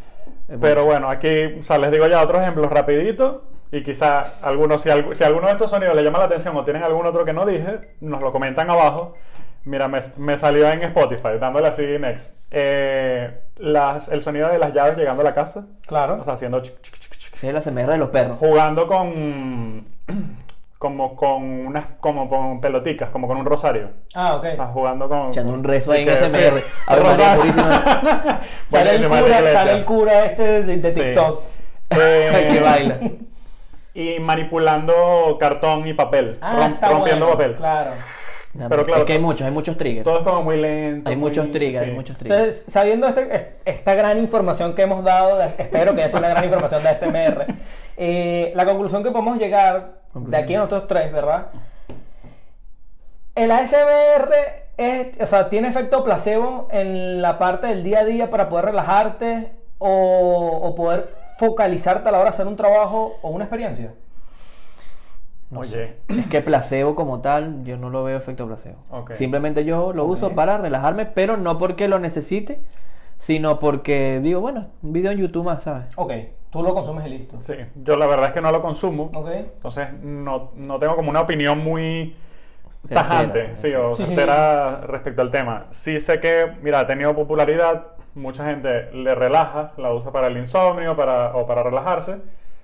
A: Es
C: Pero bueno, aquí, o sea, les digo ya otros ejemplos rapidito. Y quizá algunos, si, algu- si alguno de estos sonidos le llama la atención o tienen algún otro que no dije, nos lo comentan abajo. Mira, me, me salió en Spotify, dándole así next. Eh, las, el sonido de las llaves llegando a la casa.
E: Claro.
C: O sea, haciendo chic, chic, chic, chic.
A: Sí, la CMR de los perros.
C: jugando con como con unas como con peloticas, como con un rosario.
E: Ah, ok.
C: Estás jugando con
A: Echando un rezo ahí en
C: Sí, que-
A: SMR.
C: sí.
A: Ave María
C: Rosario.
A: Purísima.
E: sale, el
C: Buenísimo, en la
E: cura,
C: iglesia.
E: sale el cura este de, de
C: Sí.
E: TikTok.
C: Eh,
A: El que baila.
C: Y manipulando cartón y papel,
E: Ah,
C: rom-
E: está
C: rompiendo
E: bueno,
C: papel.
E: Claro.
C: Pero claro,
A: es que hay muchos, hay muchos triggers.
C: Todo es como muy lento.
A: hay
C: muy-
A: muchos triggers,
C: sí.
A: hay muchos triggers.
D: Entonces, sabiendo este- es- esta gran información que hemos dado, espero que haya sido una gran información de ASMR, eh, la conclusión que podemos llegar de aquí a nosotros tres, ¿verdad? El ASMR es, o sea, tiene efecto placebo en la parte del día a día para poder relajarte o, o poder focalizarte a la hora de hacer un trabajo o una experiencia.
C: Oye,
A: Es que placebo como tal, yo no lo veo efecto placebo.
C: Ok.
A: Simplemente yo lo uso para relajarme, pero no porque lo necesite, sino porque digo, bueno, un video en YouTube más, ¿sabes?
E: Ok, tú lo consumes y listo.
C: sí, yo la verdad es que no lo consumo.
E: Ok.
C: Entonces no, no tengo como una opinión muy
A: Certera,
C: tajante, sí, o
E: Sí, sí.
C: certera respecto al tema. Sí sé que, mira, ha tenido popularidad, mucha gente le relaja, la usa para el insomnio para, o para relajarse.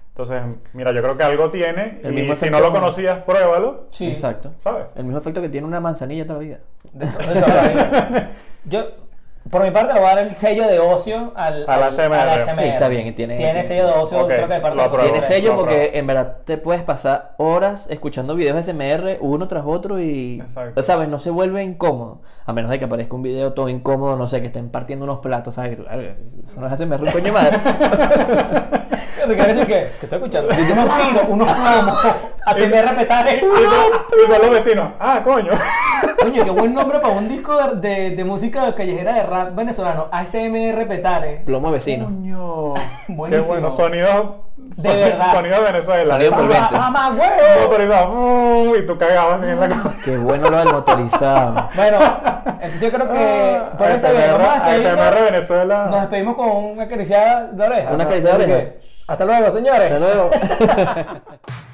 C: Entonces, mira, yo creo que algo tiene
A: El
C: y
A: mismo
C: si
A: efecto
C: no lo
A: como-
C: conocías, pruébalo,
E: Sí.
A: Exacto.
C: ¿sabes?
A: El mismo efecto que tiene una manzanilla toda la vida.
E: De- de toda la vida.
D: Yo, por mi parte, le voy a dar el sello de ocio al, al-
C: Al ASMR.
D: al
A: Sí, está bien, tiene- tiene-
D: sello de ocio,
C: Ok,
D: creo que de parte
C: lo
D: de
C: apruebo.
D: nosotros
A: Tiene
D: tres.
A: sello
C: no,
A: porque
C: pero-
A: en verdad te puedes pasar horas escuchando videos SMR uno tras otro y,
C: Exacto.
A: ¿sabes? No se vuelve incómodo. A menos de que aparezca un video todo incómodo, no sé, que estén partiendo unos platos, ¿sabes? Eso no es SMR, un coño de madre.
D: ¿Te quiere decir que? Que estoy escuchando. unos tiros, unos plomos. Así me respetar el
C: Y son, y son los vecinos. Ah, coño.
D: Coño, qué buen nombre para un disco de, de- de música callejera de rap venezolano. ASMR Petare.
A: Plomo vecino.
C: Coño. Qué
D: Buenísimo.
C: bueno, sonidos.
D: De verdad.
C: Sonidos de Venezuela.
A: Sonido
C: Mamá,
A: envolvente.
C: mamá,
D: ¡Mamá,
C: mamá,
D: huevo!
C: pero iba, uh, y tú cagabas en
D: Ah.
C: la cama.
A: Qué bueno lo del motorizado.
D: Bueno, entonces yo creo que. Por este
C: ASMR,
D: video, vamos a despedirnos.
C: ASMR Venezuela.
D: Nos despedimos con una acariciada de oreja.
A: Una acariciada de
D: Así que,
A: oreja.
D: Hasta luego, señores.
A: Hasta luego.